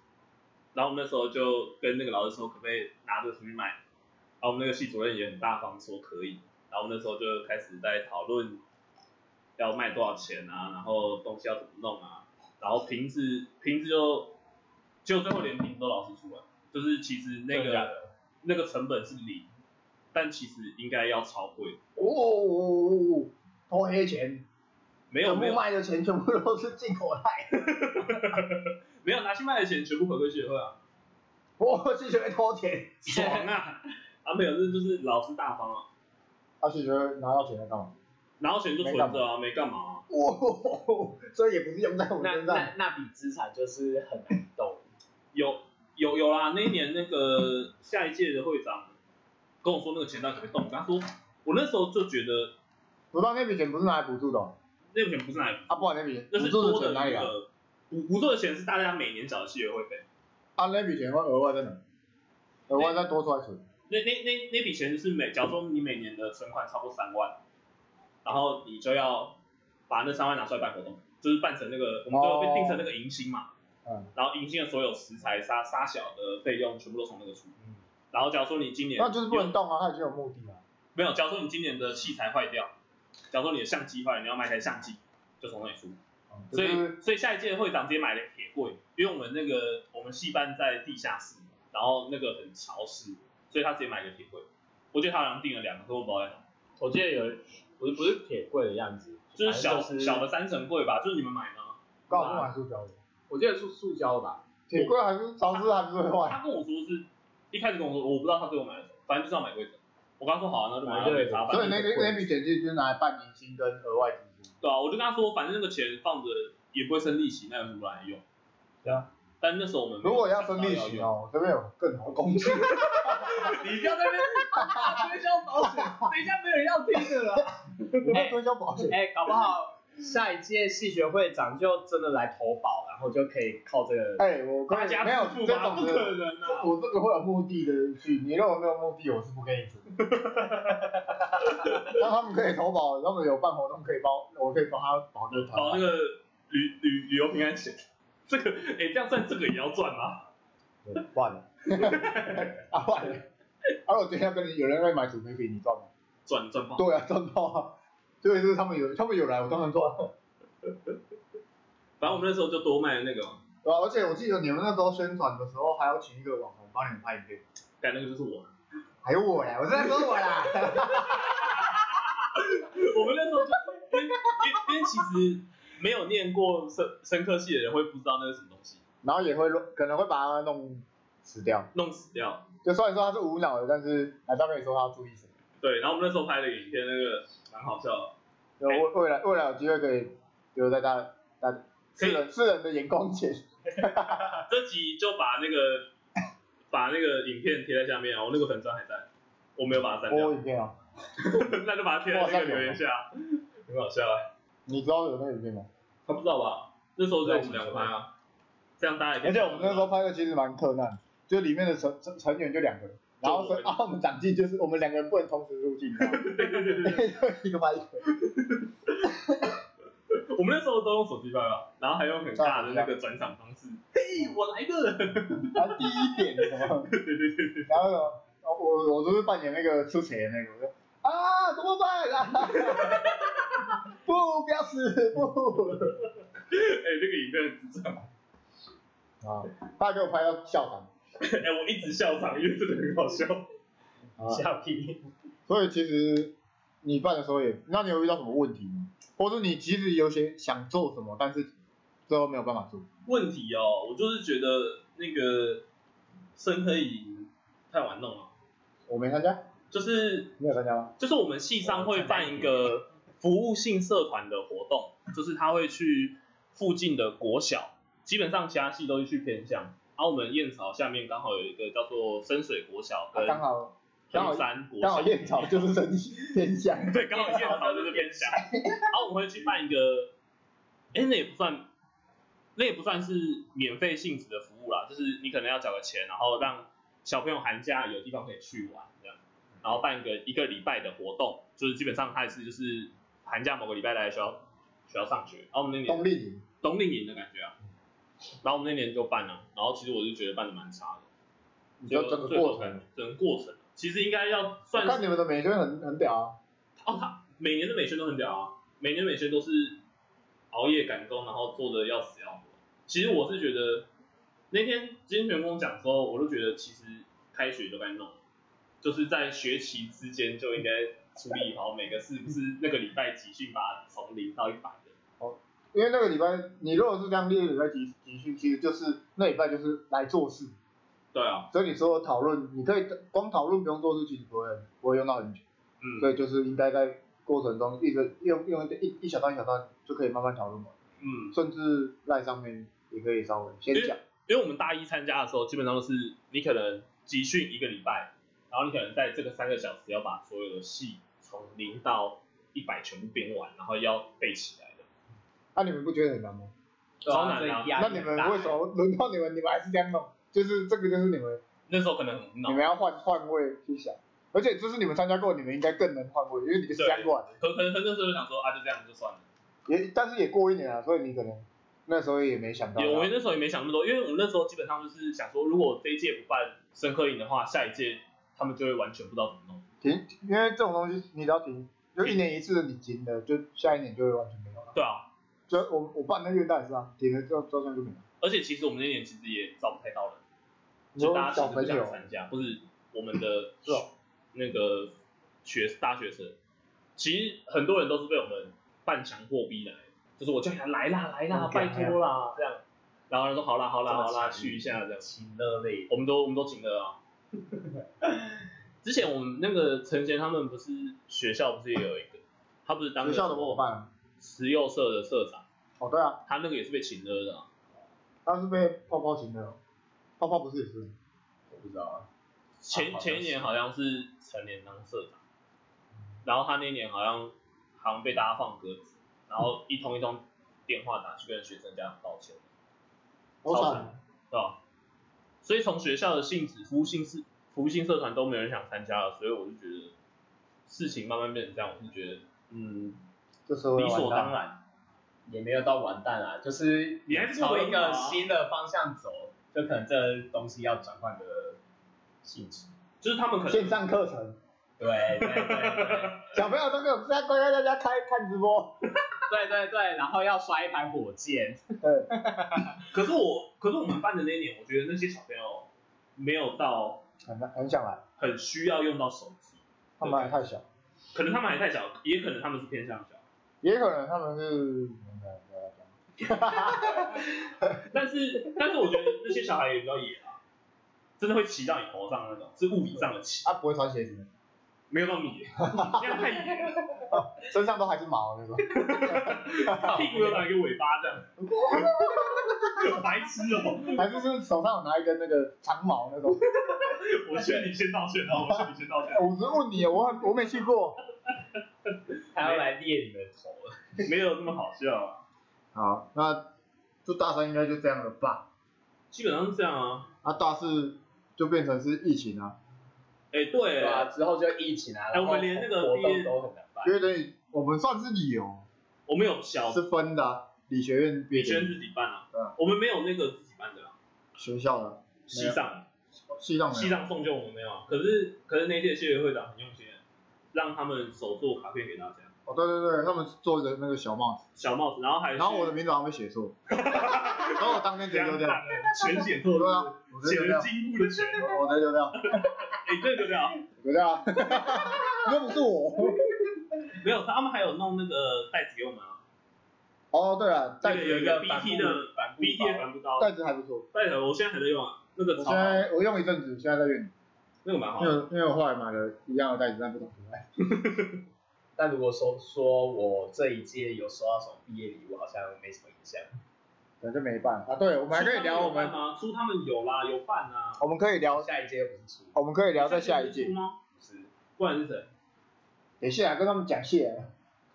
B: 然后我们那时候就跟那个老师说，可不可以拿这个出去卖？然后我们那个系主任也很大方，说可以。然后我们那时候就开始在讨论要卖多少钱啊，然后东西要怎么弄啊，然后瓶子瓶子就就最后连瓶子都老师出了，就是其实那
C: 真的假
B: 个那个成本是零，但其实应该要超贵，
A: 哦哦哦，偷黑钱，
B: 没有没有
A: 卖的钱全部都是进口袋，
B: 没有拿去卖的钱全部回归学会啊，
A: 我去学会偷钱。
B: 爽啊！啊没有，这就是老师大方啊，
A: 他去学会拿到钱来干嘛？
B: 拿到钱就存着啊，没干嘛、啊。
A: 哦，所以也不是用在我们
C: 那
A: 身上。
C: 那那笔资产就是很难动。
B: 有有有啦，那一年那个下一届的会长跟我说那个钱到底可不可以动，我跟他说我那时候就觉得
A: 不到那笔钱不是拿来补助的哦，
B: 那笔钱不是拿来，
A: 啊，不然那笔
B: 那
A: 补
B: 是
A: 助
B: 多
A: 的钱
B: 的
A: 哪
B: 那
A: 里来？
B: 个补补助的钱是大家每年缴的系学会费，
A: 啊，那笔钱会额外在哪？额外再多出来存。
B: 那那那那笔钱就是每，假如说你每年的存款超过三万，然后你就要把那三万拿出来办活动，就是办成那个我们最后被定成那个迎新嘛，
A: 嗯，
B: 然后迎新的所有食材杀杀小的费用全部都从那个出，然后假如说你今年
A: 那就是不能动啊，他已经有目的了。
B: 没有，假如说你今年的器材坏掉，假如说你的相机坏了，你要买台相机，就从那里出，
A: 嗯
B: 所
A: 就是
B: 以所以下一届会长直接买了铁柜，因为我们那个我们系办在地下室，然后那个很潮湿，所以他直接买了铁柜。我记得他好像订了两个，可我不知道在哪，
C: 我记得有，不是不是铁柜的样子，
B: 就是小、
C: 反正就是
B: 小的三层柜吧，就是你们买的啊。
A: 刚好不买塑胶的，
D: 我记得是塑胶的吧？
A: 铁柜还是潮湿还是会坏。
B: 他跟我说是一开始跟我说，我不知道他最后买了什么，反正就是要买柜子。我刚说好、啊，那就买
C: 买柜子
B: 啥，反
A: 所以
B: 正
A: 那那那笔钱就是拿来办迎新跟额外支出。
B: 对啊，我就跟他说，反正那个钱放着也不会生利息，那有什么来用？
A: 对啊。
B: 但那时候我们没有
A: 如果要生利
B: 想到要
A: 息
B: 用，
A: 哦，我这边有更好的工具。
B: 你不要在那边大推销保险，等一下没有人要听的啦。
A: 我们推销保 险。
C: 哎、搞不好下一届系学会长就真的来投保，然后就可以靠这个。
A: 哎，我跟
B: 大
A: 你
B: 家
A: 没有
B: 致富
A: 这
B: 吗？
A: 种
B: 不可
A: 的，
B: 能
A: 这
B: 啊！
A: 我这个会有目的的去，你如果没有目的，我是不跟你出。那他们可以投保，他们有办活动可以包，我可以帮他保这个团。
B: 保那个旅旅旅游平安险，这个哎、这样算这个也要赚吗？
A: 对换了， 啊换了，而我今天要跟你有人来买主题给你赚吗？
B: 赚赚爆！
A: 对啊，赚到啊！对，就是他们有，他们有来，我当然赚。
B: 反正我们那时候就多卖了那个嘛，
A: 对啊，而且我记得你们那时候宣传的时候，还要请一个网红帮你们拍影片，
B: 但那个就是我。
A: 还有我啦，我是在说我啦。
B: 我们那时候就因为因为因为其实没有念过生生科系的人会不知道那是什么东西，
A: 然后也会乱可能会把它弄死掉。
B: 弄死掉。
A: 就虽然说它是无脑的，但是还是要跟你说它要注意什么。
B: 对，然后我们那时候拍了个影片，那个蛮好笑的。
A: 就未未来未来有机会可以留在大大
B: 可
A: 世
B: 以
A: 人世人的眼光前。
B: 啊这集就把那个把那个影片贴在下面啊，我那个粉砖还在，我没有把它删
A: 我有
B: 掉，
A: 影片啊，
B: 那就把它贴在那个留言下，很好笑哎、
A: 你知道有那个影片吗？
B: 他不知道吧？那时候就我们两个拍啊，这样大家也可以
A: 而且我们那时候拍的其实蛮困难，就里面的成成成员就两个人，然后
B: 就
A: 说
B: 我们
A: 啊我们长进就是我们两个人不能同时入境，你知道吗一个拍一个。
B: 我们那时候都用手机拍吧，然后还用很大的那个转场方式， 嘿，我来的，
A: 然后第一点什么，然后什么我我我都是扮演那个出钱的那个，我说啊怎么办 啊？不，不要死，不！
B: 哎、那个影片很智 障，
A: 啊，他给我拍到笑场，
B: 哎、我一直笑场，因为真的很好笑。
A: 啊
C: 下批。
A: 所以其实你办的时候也，那你有遇到什么问题吗？或者你其实有些想做什么，但是最后没有办法做？
B: 问题哦，我就是觉得那个深黑营太玩弄了，
A: 我没参加，
B: 就是
A: 你有参加吗？
B: 就是我们系上会办一个服务性社团的活动，就是他会去附近的国小，基本上其他系都是去偏向，而、我们燕巢下面刚好有一个叫做深水国小跟
A: 啊刚好刚好
B: 衡山国小，
A: 刚好燕巢就是生 偏 向，
B: 对，刚好燕巢就是偏向，然后我们会去办一个，哎，那也不算，那也不算是免费性质的服务啦，就是你可能要缴个钱，然后让小朋友寒假有地方可以去玩这样，然后办一个一个礼拜的活动，就是基本上他也是就是寒假某个礼拜来学校学校上学，然后我们那年
A: 冬嗯令营，
B: 冬令营的感觉啊，然后我们那年就办了，然后其实我就觉得办的蛮差的，
A: 你说整个过程，，
B: 整个过程其实应该要
A: 我
B: 算是
A: 看你们的美宣很很屌啊，
B: 哦，他每年的美宣都很屌啊，每年美宣都是熬夜赶工，然后做的要死要活。其实我是觉得那天今天员工讲的时候，我就觉得其实开学就该弄，就是在学期之间就应该处理好每个是不是那个礼拜集训把从零到一百的。
A: 因为那个礼拜你如果是这样列礼拜集集训，其实就是那礼拜就是来做事，
B: 对啊，
A: 所以你说讨论，你可以光讨论不用做事，其实不会不会用到很久，
B: 嗯，
A: 所以就是应该在过程中一直用用一一一小段一小段就可以慢慢讨论嘛，
B: 嗯，
A: 甚至赖上面也可以稍微先讲，
B: 因为我们大一参加的时候，基本上都是你可能集训一个礼拜，然后你可能在这个三个小时要把所有的戏从零到一百全部编完，然后要背起来的。
A: 那、你们不觉得很难吗？
B: 超难的啊
C: 对啊
A: 那你们为什？么轮到你们，你们还是这样弄？就是这个就是你们，
B: 那时候可能很
A: 你
B: 恼，
A: 们要换换位去想，而且这是你们参加过，你们应该更能换位，因为你们是这样过来的。
B: 可可能那时候就想说啊，就这样就算了。
A: 也但是也过一年啊了，所以你可能那时候也没想到
B: 也我们
A: 要。
B: 那时候也没想那么多，因为我们那时候基本上就是想说，如果这一届不办深刻营的话，下一届他们就会完全不知道怎么弄。
A: 停，因为这种东西你只要停，就一年一次，你停了，就下一年就会完全没有了。
B: 对啊，
A: 就我我办那元旦也是啊，停了之后照相就没有了。
B: 而且其实我们那年其实也招不太到人，
A: 你
B: 就
A: 说
B: 大家
A: 小
B: 其实不
A: 朋友
B: 想参加，不是我们的
A: 是哦
B: 那个学大学生，其实很多人都是被我们半强迫逼来，就是我叫你来啦来啦，
A: 嗯
B: 拜托啦这样，然后人说好啦好啦
C: 这么
B: 好啦，
C: 强
B: 去一下这样。
C: 情乐类，
B: 我们都我们都请 了啊。之前我们那个陈贤他们不是学校不是也有一个，他不是当
A: 学校的我有办啊。
B: 慈幼社的社长，
A: 哦对啊，
B: 他那个也是被请了的啊、
A: 他是被泡泡型的，泡泡不是也是？
C: 我不知道啊。
B: 前
C: 好像是
B: 前一年好像是成年当社长，然后他那一年好像好像被大家放鸽子，然后一通一通电话打去跟学生家长道歉，
A: 我
B: 超
A: 惨
B: 惨，对吧？所以从学校的性质、服务性是服务性社团都没有人想参加了，所以我就觉得事情慢慢变成这样，我是觉得嗯
A: 这社会
B: 理
A: 完
B: 所
A: 蛋
B: 当然。
C: 也没有到完蛋啊，就是
B: 你还是做
C: 朝
B: 得
C: 一
B: 很好啊
C: 个新的方向走，就可能这东西要转换的性质。
B: 就是他们可
A: 线
B: 能
A: 上课程，
C: 对对对对
A: 小朋友都给我在乖乖在家开看直播。
C: 对对对，然后要刷一盘火箭，
A: 对，
B: 可是我，可是我们办的那一年，我觉得那些小朋友没有到
A: 很很想来，
B: 很需要用到手机，
A: 他们还太小，
B: 可能他们还太小，也可能他们是偏向小，
A: 也可能他们是。
B: 但是但是我觉得那些小孩也比较野啊，真的会骑到你头上那种，是物理上的骑，
A: 啊他、不会穿鞋子，
B: 没有那么野，这样太野了，
A: 身上都还是毛那种。
B: 屁股有长一个尾巴这样，有白痴哦、
A: 还是是手上有拿一根那个长毛那种。哎
B: 我劝你先道歉啊，我劝你先道歉，
A: 我只是问你，我很我没去过。
C: 还要来猎你的头。
B: 没有那么好笑啊。
A: 好，那就大三应该就这样了吧？
B: 基本上是这样啊，
A: 那、大四就变成是疫情啊，
B: 哎、对
C: 对啊，之后就疫情啊，
B: 哎
C: 然后
B: 我们连那个
C: 活
B: 毕业
C: 动都很难办
A: 因。为等于我们算是理由
B: 我们有小
A: 是分的啊、理学院别
B: 李
A: 的
B: 轩自己办啊
A: 对啊，
B: 我们没有那个自己办的啊，
A: 学校的
B: 西藏啊
A: 系上
B: 西
A: 的，
B: 藏送就我们没有啊，可是可是那届谢会长很用心，啊让他们手做卡片给大家，
A: 哦对对对，他们做的那个小帽子，
B: 小帽子，然后还
A: 然后我的名字好像被写 错，然后我当天直接
B: 全
A: 丢掉，
B: 全解错
A: 对啊，我直接哎丢
B: 写
A: 掉，
B: 了 进一步的全，
A: 我直接丢掉，
B: 你这个掉，
A: 对啊， 又不是我。
B: 没有，他们还有弄那个袋子给我们啊，
A: 哦，对了，
B: 那
A: 袋
B: 个
A: 子
B: 有一个
C: 帆布
B: BT 的
C: 帆布
B: BT 的
C: 包
B: 帆布包，
A: 袋子还不错，
B: 袋子我现在还在用啊，那个
A: 我
B: 超
A: 现
B: 好，
A: 在嗯我用一阵子，现在在用，
B: 那个蛮好
A: 因为
B: 的。
A: 因为我后来买了一样的袋子，但不同品牌。
C: 但如果说说我这一届有收到什么毕业礼物，好像没什么印象。
A: 反正没办啊，对，我们还可以聊我
B: 书他
A: 们
B: 有办，吗？书他们有啦，有办啊。
A: 我们可以聊，
C: 下一届又不是出，
A: 我们可以聊在下一
B: 是
A: 季
B: 书。吗？是，不然是谁？
A: 等一下跟他们讲谢啊，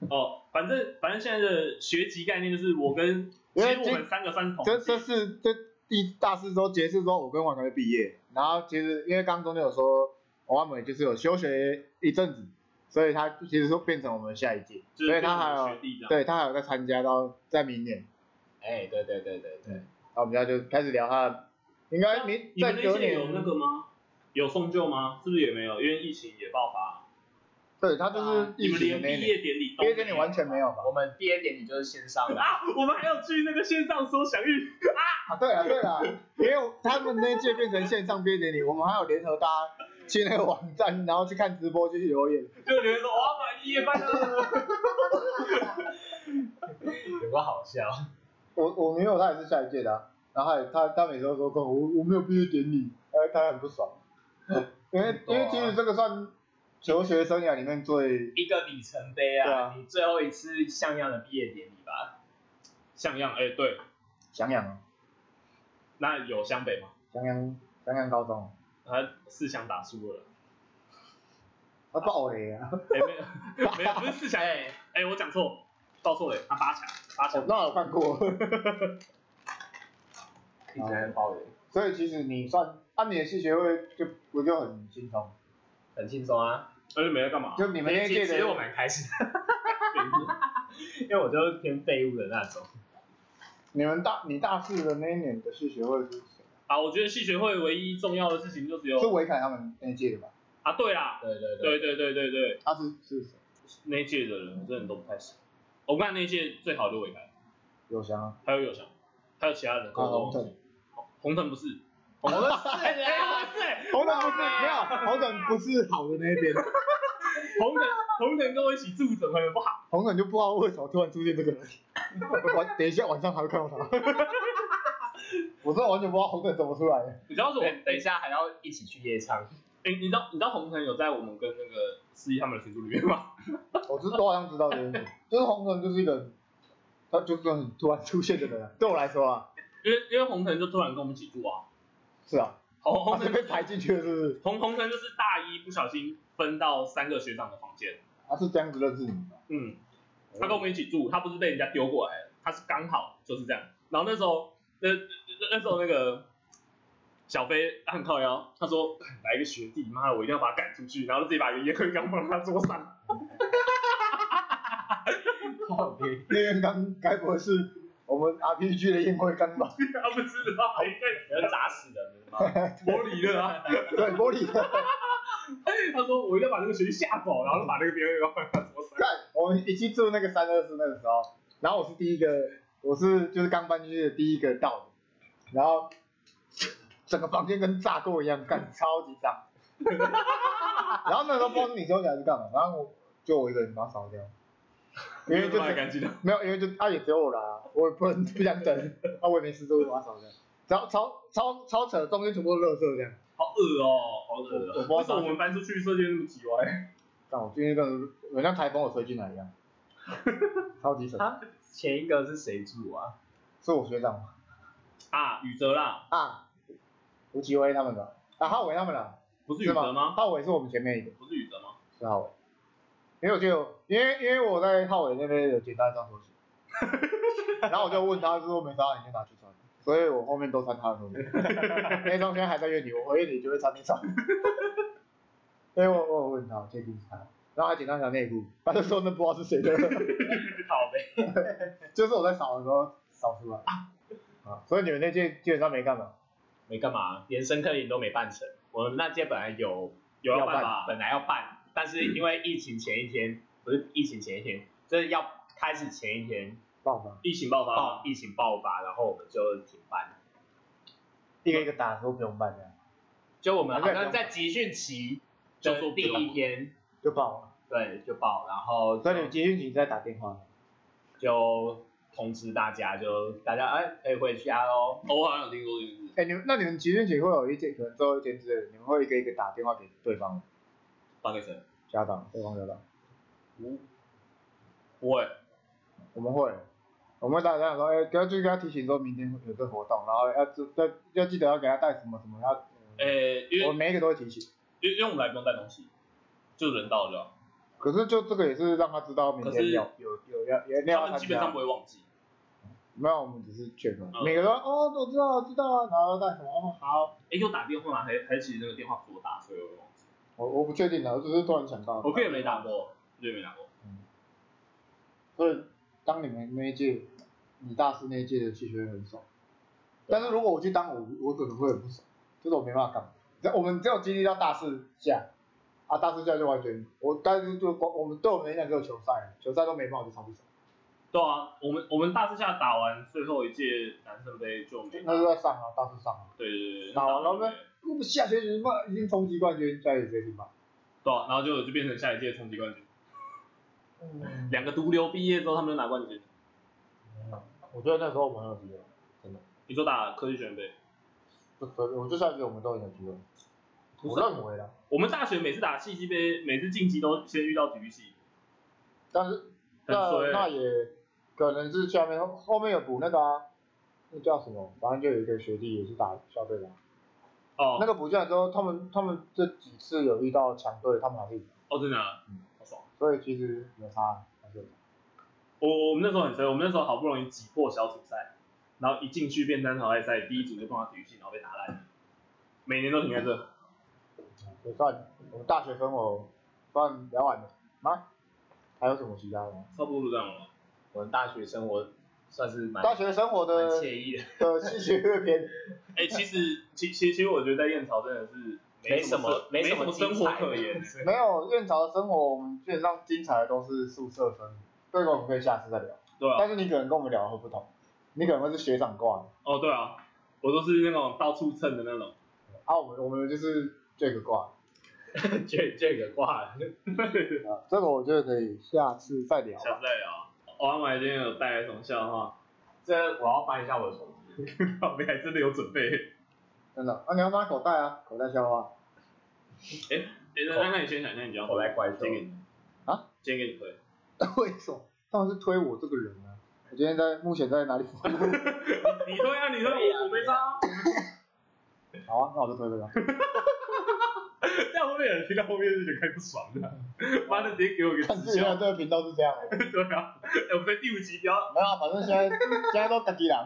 B: 哦，反正反正现在的学籍概念就是我跟，其
A: 因为
B: 实我们三个算是同
A: 这这
B: 届，
A: 是这第大四周结束之后，我跟王同学毕业，然后其实因为刚刚中间有说，王婉美就是有休学一阵子，所以他其实说变成我们下一届，
B: 就
A: 所以
B: 是
A: 他还
B: 我
A: 有
B: 们学弟这样。
A: 对他还有在参加到在明年，
C: 哎、对对对对对，
A: 然后我们现在就开始聊他的，应该明
B: 你
A: 在
B: 们那
A: 隔
B: 届
A: 年
B: 有那个吗？有送旧吗？是不是也没有？因为疫情也爆发，
A: 对他就是
B: 啊你
A: 疫
B: 们
A: 情
B: 连
A: 的那一
B: 毕
A: 年，
B: 业典礼
A: 毕
B: 都没
A: 业
B: 有
A: 典礼完全没有吧？
C: 我们毕业典礼就是线上 的，
B: 啊！我们还要去那个线上说想遇
A: 啊，对啊，对啊，因为他们那一届变成线上毕业典礼，我们还有联合大家去那个网站，然后去看直播，就去留言。
B: 就觉得说哇，买毕业班了。
C: 有个好笑。
A: 我我女友她也是下一届的、啊，然后她也她她每次都说跟我我我没有毕业典礼，她她很不爽，因为
C: 啊
A: 因为其实这个算求学生涯里面最
C: 一个里程碑
A: 对
C: 啊！
A: 啊
C: 你最后一次像样的毕业典礼吧？
B: 像样哎、对，
A: 想养啊，
B: 那有湘北吗？
A: 想养想养高中
B: 他四强打输了，
A: 啊爆雷啊，
B: 哎、没有 没有不是四强，哎、我讲错，报错了，他八
A: 我
B: 强，八强。哎
A: 那有看过，
C: 一直在抱怨，
A: 所以其实你算按、啊、你的系学会就我就很轻松，
C: 很轻松啊。
B: 而且没在干嘛？
A: 就你们那一
C: 其
A: 届
C: 实我
A: 的
C: 蛮开心的， 因为我就是偏废物的那种。
A: 你们大你大四的那一年的系学会是谁？
B: 啊，我觉得系学会唯一重要的事情就只
A: 是
B: 有
A: 维凯他们那一届的吧？
B: 啊，对啦，
C: 对对
B: 对对对对对，
A: 他是是谁？
B: 那一届的人我真的都不太熟。我看那一届最好就伟凯，
A: 有翔啊，
B: 还有友翔，还有其他人。
A: 啊红
B: 腾
A: 腾，，
B: 红腾不 是，红腾哎哎不是哎
A: 红腾不是没有，红腾不是好的那一边，
B: 红腾红腾跟我一起住，怎么能不好？
A: 红腾就不知道为什么突然出现这个人，我等一下晚上还会看到他， 我真的完全不知道红腾怎么出来的，
B: 你知道是我
C: 对，
B: 等
C: 等
B: 一
C: 一
B: 下，
C: 下还要一起去夜唱，
B: 哎、你知道你知道红腾有在我们跟那个司仪他们的群组里面吗？
A: 我知都好像知道这件事，就是红腾就是一个，他就是很突然出现的人啊，对我来说啊，
B: 因为因为红腾就突然跟我们一起住啊，
A: 是啊，
B: 红红
A: 他是
B: 腾
A: 被排进去的，是不是？
B: 红红腾就是大一不小心分到三个学长的房间，
A: 他是这样子认识你的，
B: 嗯，他跟我们一起住，他不是被人家丢过来的，他是刚好就是这样。然后那时候那那那时候那个小飞他很靠腰，他说干来一个学弟，妈的我一定要把他赶出去，然后就自己把一个烟灰缸放在他桌上，
C: 靠边，
A: 那个刚该不会是我们 RPG 的烟灰缸吧？
B: 他不知道，
C: 要砸死 人的吗？
B: 玻璃的啊。
A: 对，玻璃的。
B: 他说我一定要把那个学弟吓走，然后就把那个烟灰缸放在他桌上。
A: 看， 我们一起住那个三二四那个时候，然后我是第一个，我是就是刚搬进去的第一个到的，然后整个房间跟炸锅一样，干超级脏。 然后那时候不知道是你休息还是干嘛，然后我就我一个人把它扫掉，因为就
B: 太
A: 是
B: 干净了。
A: 没有，因为就他、啊、也只有我来啊，我也不能不想等，啊我也没事做，就把它扫掉。然后超超超扯，中间全部都是垃圾这样。
B: 好恶哦，好恶
A: 我
B: 哦！
A: 不
B: 为
A: 知
B: 什
A: 道
B: 么我们搬出去设计那么奇怪？
A: 但我最近跟有像台风我吹进来一样，超级扯。
C: 啊，前一个是谁住啊？
A: 是我学长吗？
B: 啊，宇哲啦，
A: 啊，吴奇威他们的，啊，浩伟他们的，
B: 不是宇
A: 是
B: 哲
A: 吗？
B: 吗？
A: 浩伟是我们前面一个，
B: 不是宇哲吗？
A: 是浩伟。因为我就有因为因为我在浩伟那边有捡到一双拖鞋，然后我就问他说没穿，你就拿去穿，所以我后面都穿他的拖鞋，那双现在还在院里，我回院里就会穿那双。所以我我有问他，确定是他，然后还捡到一条内裤，他就说那不知道是谁的，
C: 靠边，
A: 就是我在扫的时候扫出来。啊，所以你们那届基本上没干嘛，
C: 没干嘛，连深刻营都没办成。我们那届本来有
B: 有要
A: 要
B: 办
A: 办
B: 吧？
C: 本来要办，但是因为疫情前一天，不是疫情前一天，就是要开始前一天
A: 爆吗？
B: 疫情爆
C: 爆
B: 发，
C: 哦疫情爆发，然后我们就停办。
A: 一个一个打都不用办这样。
C: 就我们好像在集训期的第一天，
A: 就爆了。
C: 对，就报，然后
A: 所以你们集训群在打电话，
C: 就通知大家，就大家哎可以回家喽。
B: 哦我好像有听说这件事。
A: 哎、你们那你们集训群会有一天，可能最后一天之类的，你们会一个一个打电话给对方
B: 打给谁？
A: 家长，对方家长，
B: 不会，
A: 我们会，我们会打家长说，哎、要就是跟他提醒说明天会有这活动，然后要知要要记得要给他带什么什么，要，
B: 呃、因
A: 我
B: 为
A: 每一个都会提醒。
B: 因为因为我们来不用带东西，就人到就好。
A: 可是就这个也是让他知道明
B: 可
A: 天
B: 是
A: 有有有要有啊要
B: 他
A: 参
B: 们基本上
A: 加
B: 不。会忘记。
A: 没有，我们只是劝他，
B: 嗯
A: 每个人哦，我知道我知道啊，然后带什么哦好，
B: 哎、又打电话还还其实那个电话不是我打，所以我忘记。
A: 我我不确定的，我只是突然想到。
B: 我课也没打过，对，没打过。
A: 所以当你们那一届，你大四那一届的气球会很爽。但是如果我去当我，我可能会很不爽，就是我没办法干。只我们只有经历到大四下，啊，大四下就完全我，但是就光我们对我们来讲只有球赛了，球赛都没办法就超不爽，
B: 对啊，我们我们大四下打完最后一届男生杯就没打。
A: 那就在上啊，大四上啊，
B: 对对对对。
A: 打完了呗
B: 对
A: 我们下学期嘛已经冲击冠军，下学期谁赢吧？
B: 对啊，然后就就变成下一届冲击冠军。
A: 嗯，
B: 两个毒瘤毕业之后，他们就拿冠军。
A: 我觉得那时候我们很有机会，真的，
B: 你说打科技学院杯，
A: 就所以我就下学期我们都很有机会，我认为啦。
B: 我们大学每次打戏剧杯，每次晋级都先遇到体育系，
A: 但是
B: 很
A: 那
B: 衰
A: 那也可能是下面后后面有补那个啊，那叫什么？反正就有一个学弟也是打校队的啊，
B: 哦
A: 那个补进来之后，他们他们这几次有遇到强队，他们还是赢，
B: 哦，真的啊、
A: 嗯
B: 好爽。
A: 所以其实有差，还是有差
B: 我我们那时候很衰，我们那时候好不容易挤破小组赛，然后一进去变单淘汰赛，第一组就碰到体育系，然后被打烂。每年都停在这，
A: 也算我们大学生活算聊完了吗？还有什么其他的吗？
B: 差不多就这样了。
C: 我的大学生活算是蛮
A: 大学生活
C: 蛮
A: 的
C: 惬意的，
A: 的戏剧阅片，
B: 哎、其实其其其实我觉得在燕巢真的是什
C: 没
B: 没
C: 什
B: 什
C: 么
B: 么
C: 精
B: 生
C: 彩
B: 活
C: 的
B: 可言。
A: 没有院长的生活，我们基本上精彩的都是宿舍生，这个我们可以下次再聊。
B: 对啊，
A: 但是你可能跟我们聊的会不同，你可能会是学长挂的，
B: 哦对啊，我都是那种到处蹭的那种。
A: 啊，我们我们就是这个挂
C: 这这个挂了。
A: 的，啊，这个我觉得可以下次再聊
B: 下
A: 吧。
B: 次再聊。啊我安今天有带来什么笑话？
C: 这我要翻一下我的手机。
B: 我们还真的有准备。
A: 真的，啊，你要拿口袋啊，口袋笑话，
B: 哎、那那那你先想一下你要
C: 我来怪兽
B: 先给你
A: 啊，
B: 先给你推。
A: 为什么他们是推我这个人呢？我今天在目前在哪里服 务？
B: 你推啊，你 推，
C: 可以啊
B: 我我没招。
A: 好啊，那我就推这 个。
B: 这样会不会有人听到后面就觉得开始不爽的？妈的，直接给我一个
A: 看
B: 直
A: 自己
B: 销
A: 的。这个频道是这样的，
B: 对啊，哎、我们在第五集不要，
A: 没有啊，反正现在现在都自己人。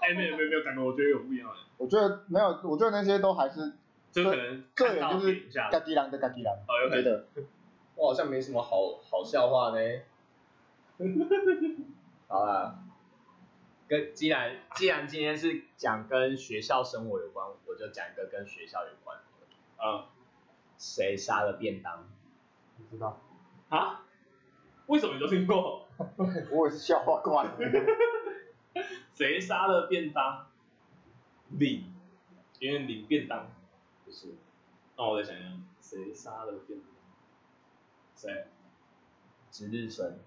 B: 哎、没有没有没有，感觉我觉得有不一样的，
A: 我觉得没有，我觉得那些都还是
B: 就可能
A: 个
B: 看
A: 人
B: 到
A: 就是
B: 点一下。
A: 自己人的自己人。
B: 哦，有
A: 我觉
B: 可能。
A: 得
C: 我好像没什么好好笑话呢。好啦，跟既然既然今天是讲跟学校生活有关，我就讲一个跟学校有关的。
B: 嗯。
C: 谁杀了便当？
A: 你知道，
B: 啊？为什么你都听过？
A: 我也是笑话挂的。
B: 谁杀了便当？
C: 你
B: 因为领便当。
C: 不是
B: 那我再想想，谁杀了便当？谁？
C: 值日生，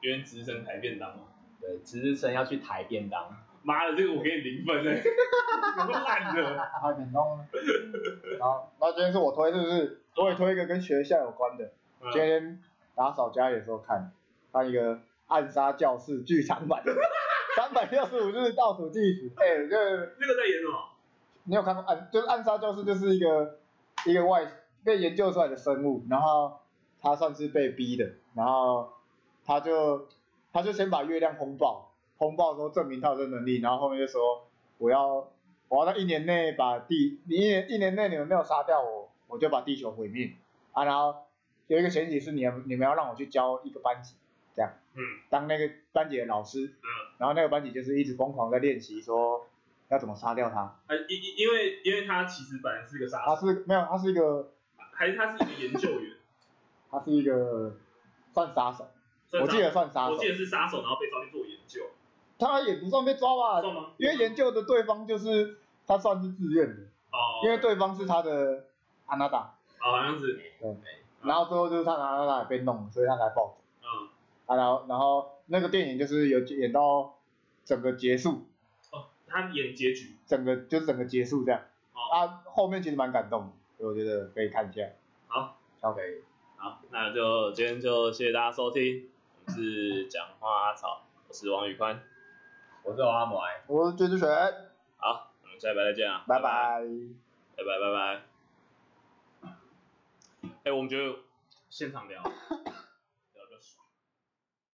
B: 因为直升抬便当吗？
C: 对，值日生要去抬便当，
B: 妈的，这个我给你零分嘞、欸， 怎么烂 的？
A: 还挺动啊。好，那今天是我推是不是？我也推一个跟学校有关的。
B: 嗯
A: 今天打扫家里的时候看，看一个暗杀教室剧场版，三百六十五日倒数计时。哎、这个
B: 那个在演什么？
A: 你有看过暗？就是暗杀教室就是一个一个外被研究出来的生物，然后他算是被逼的，然后他就他就先把月亮轰爆，轰爆之后证明他有这能力，然后后面就说我要我要在一年内把地一年一年内你们没有杀掉我，我就把地球毁灭啊，然后有一个前提是你们你们要让我去教一个班级，这样，
B: 嗯，
A: 当那个班级的老师，
B: 嗯，
A: 然后那个班级就是一直疯狂在练习说要怎么杀掉他，
B: 呃，因因因为因为他其实本来是个杀
A: 他
B: 手，
A: 是没有，他是一个，
B: 还是他是一个研 究员？
A: 他是一个算杀手，
B: 算
A: 我记得算
B: 杀
A: 杀
B: 手
A: 手
B: 我，记得是杀手，然后被抓去做研究，
A: 他也不算被抓吧，
B: 算吗？
A: 因为研究的对方就是他算是自愿的，
B: 哦，
A: 因为对方是他的阿娜达，
B: 哦，好像是，
A: 然后最后就是他阿娜达也被弄了，所以他才报警
B: 嗯，
A: 啊，然后然后那个电影就是有演到整个结束，
B: 哦，他演结局，
A: 整个就是整个结束这样，
B: 哦
A: 啊，后面其实蛮感动的，所以我觉得可以看一下。
B: 好
A: ，OK，
B: 好，那就今天就谢谢大家收听，我们是讲话阿草，我是王宇宽，
C: 我是阿摩埃，
A: 我是追追水，
B: 好，我们下礼拜再见啊，
A: 拜拜。
B: 拜拜拜拜。哎、我们觉得现场聊。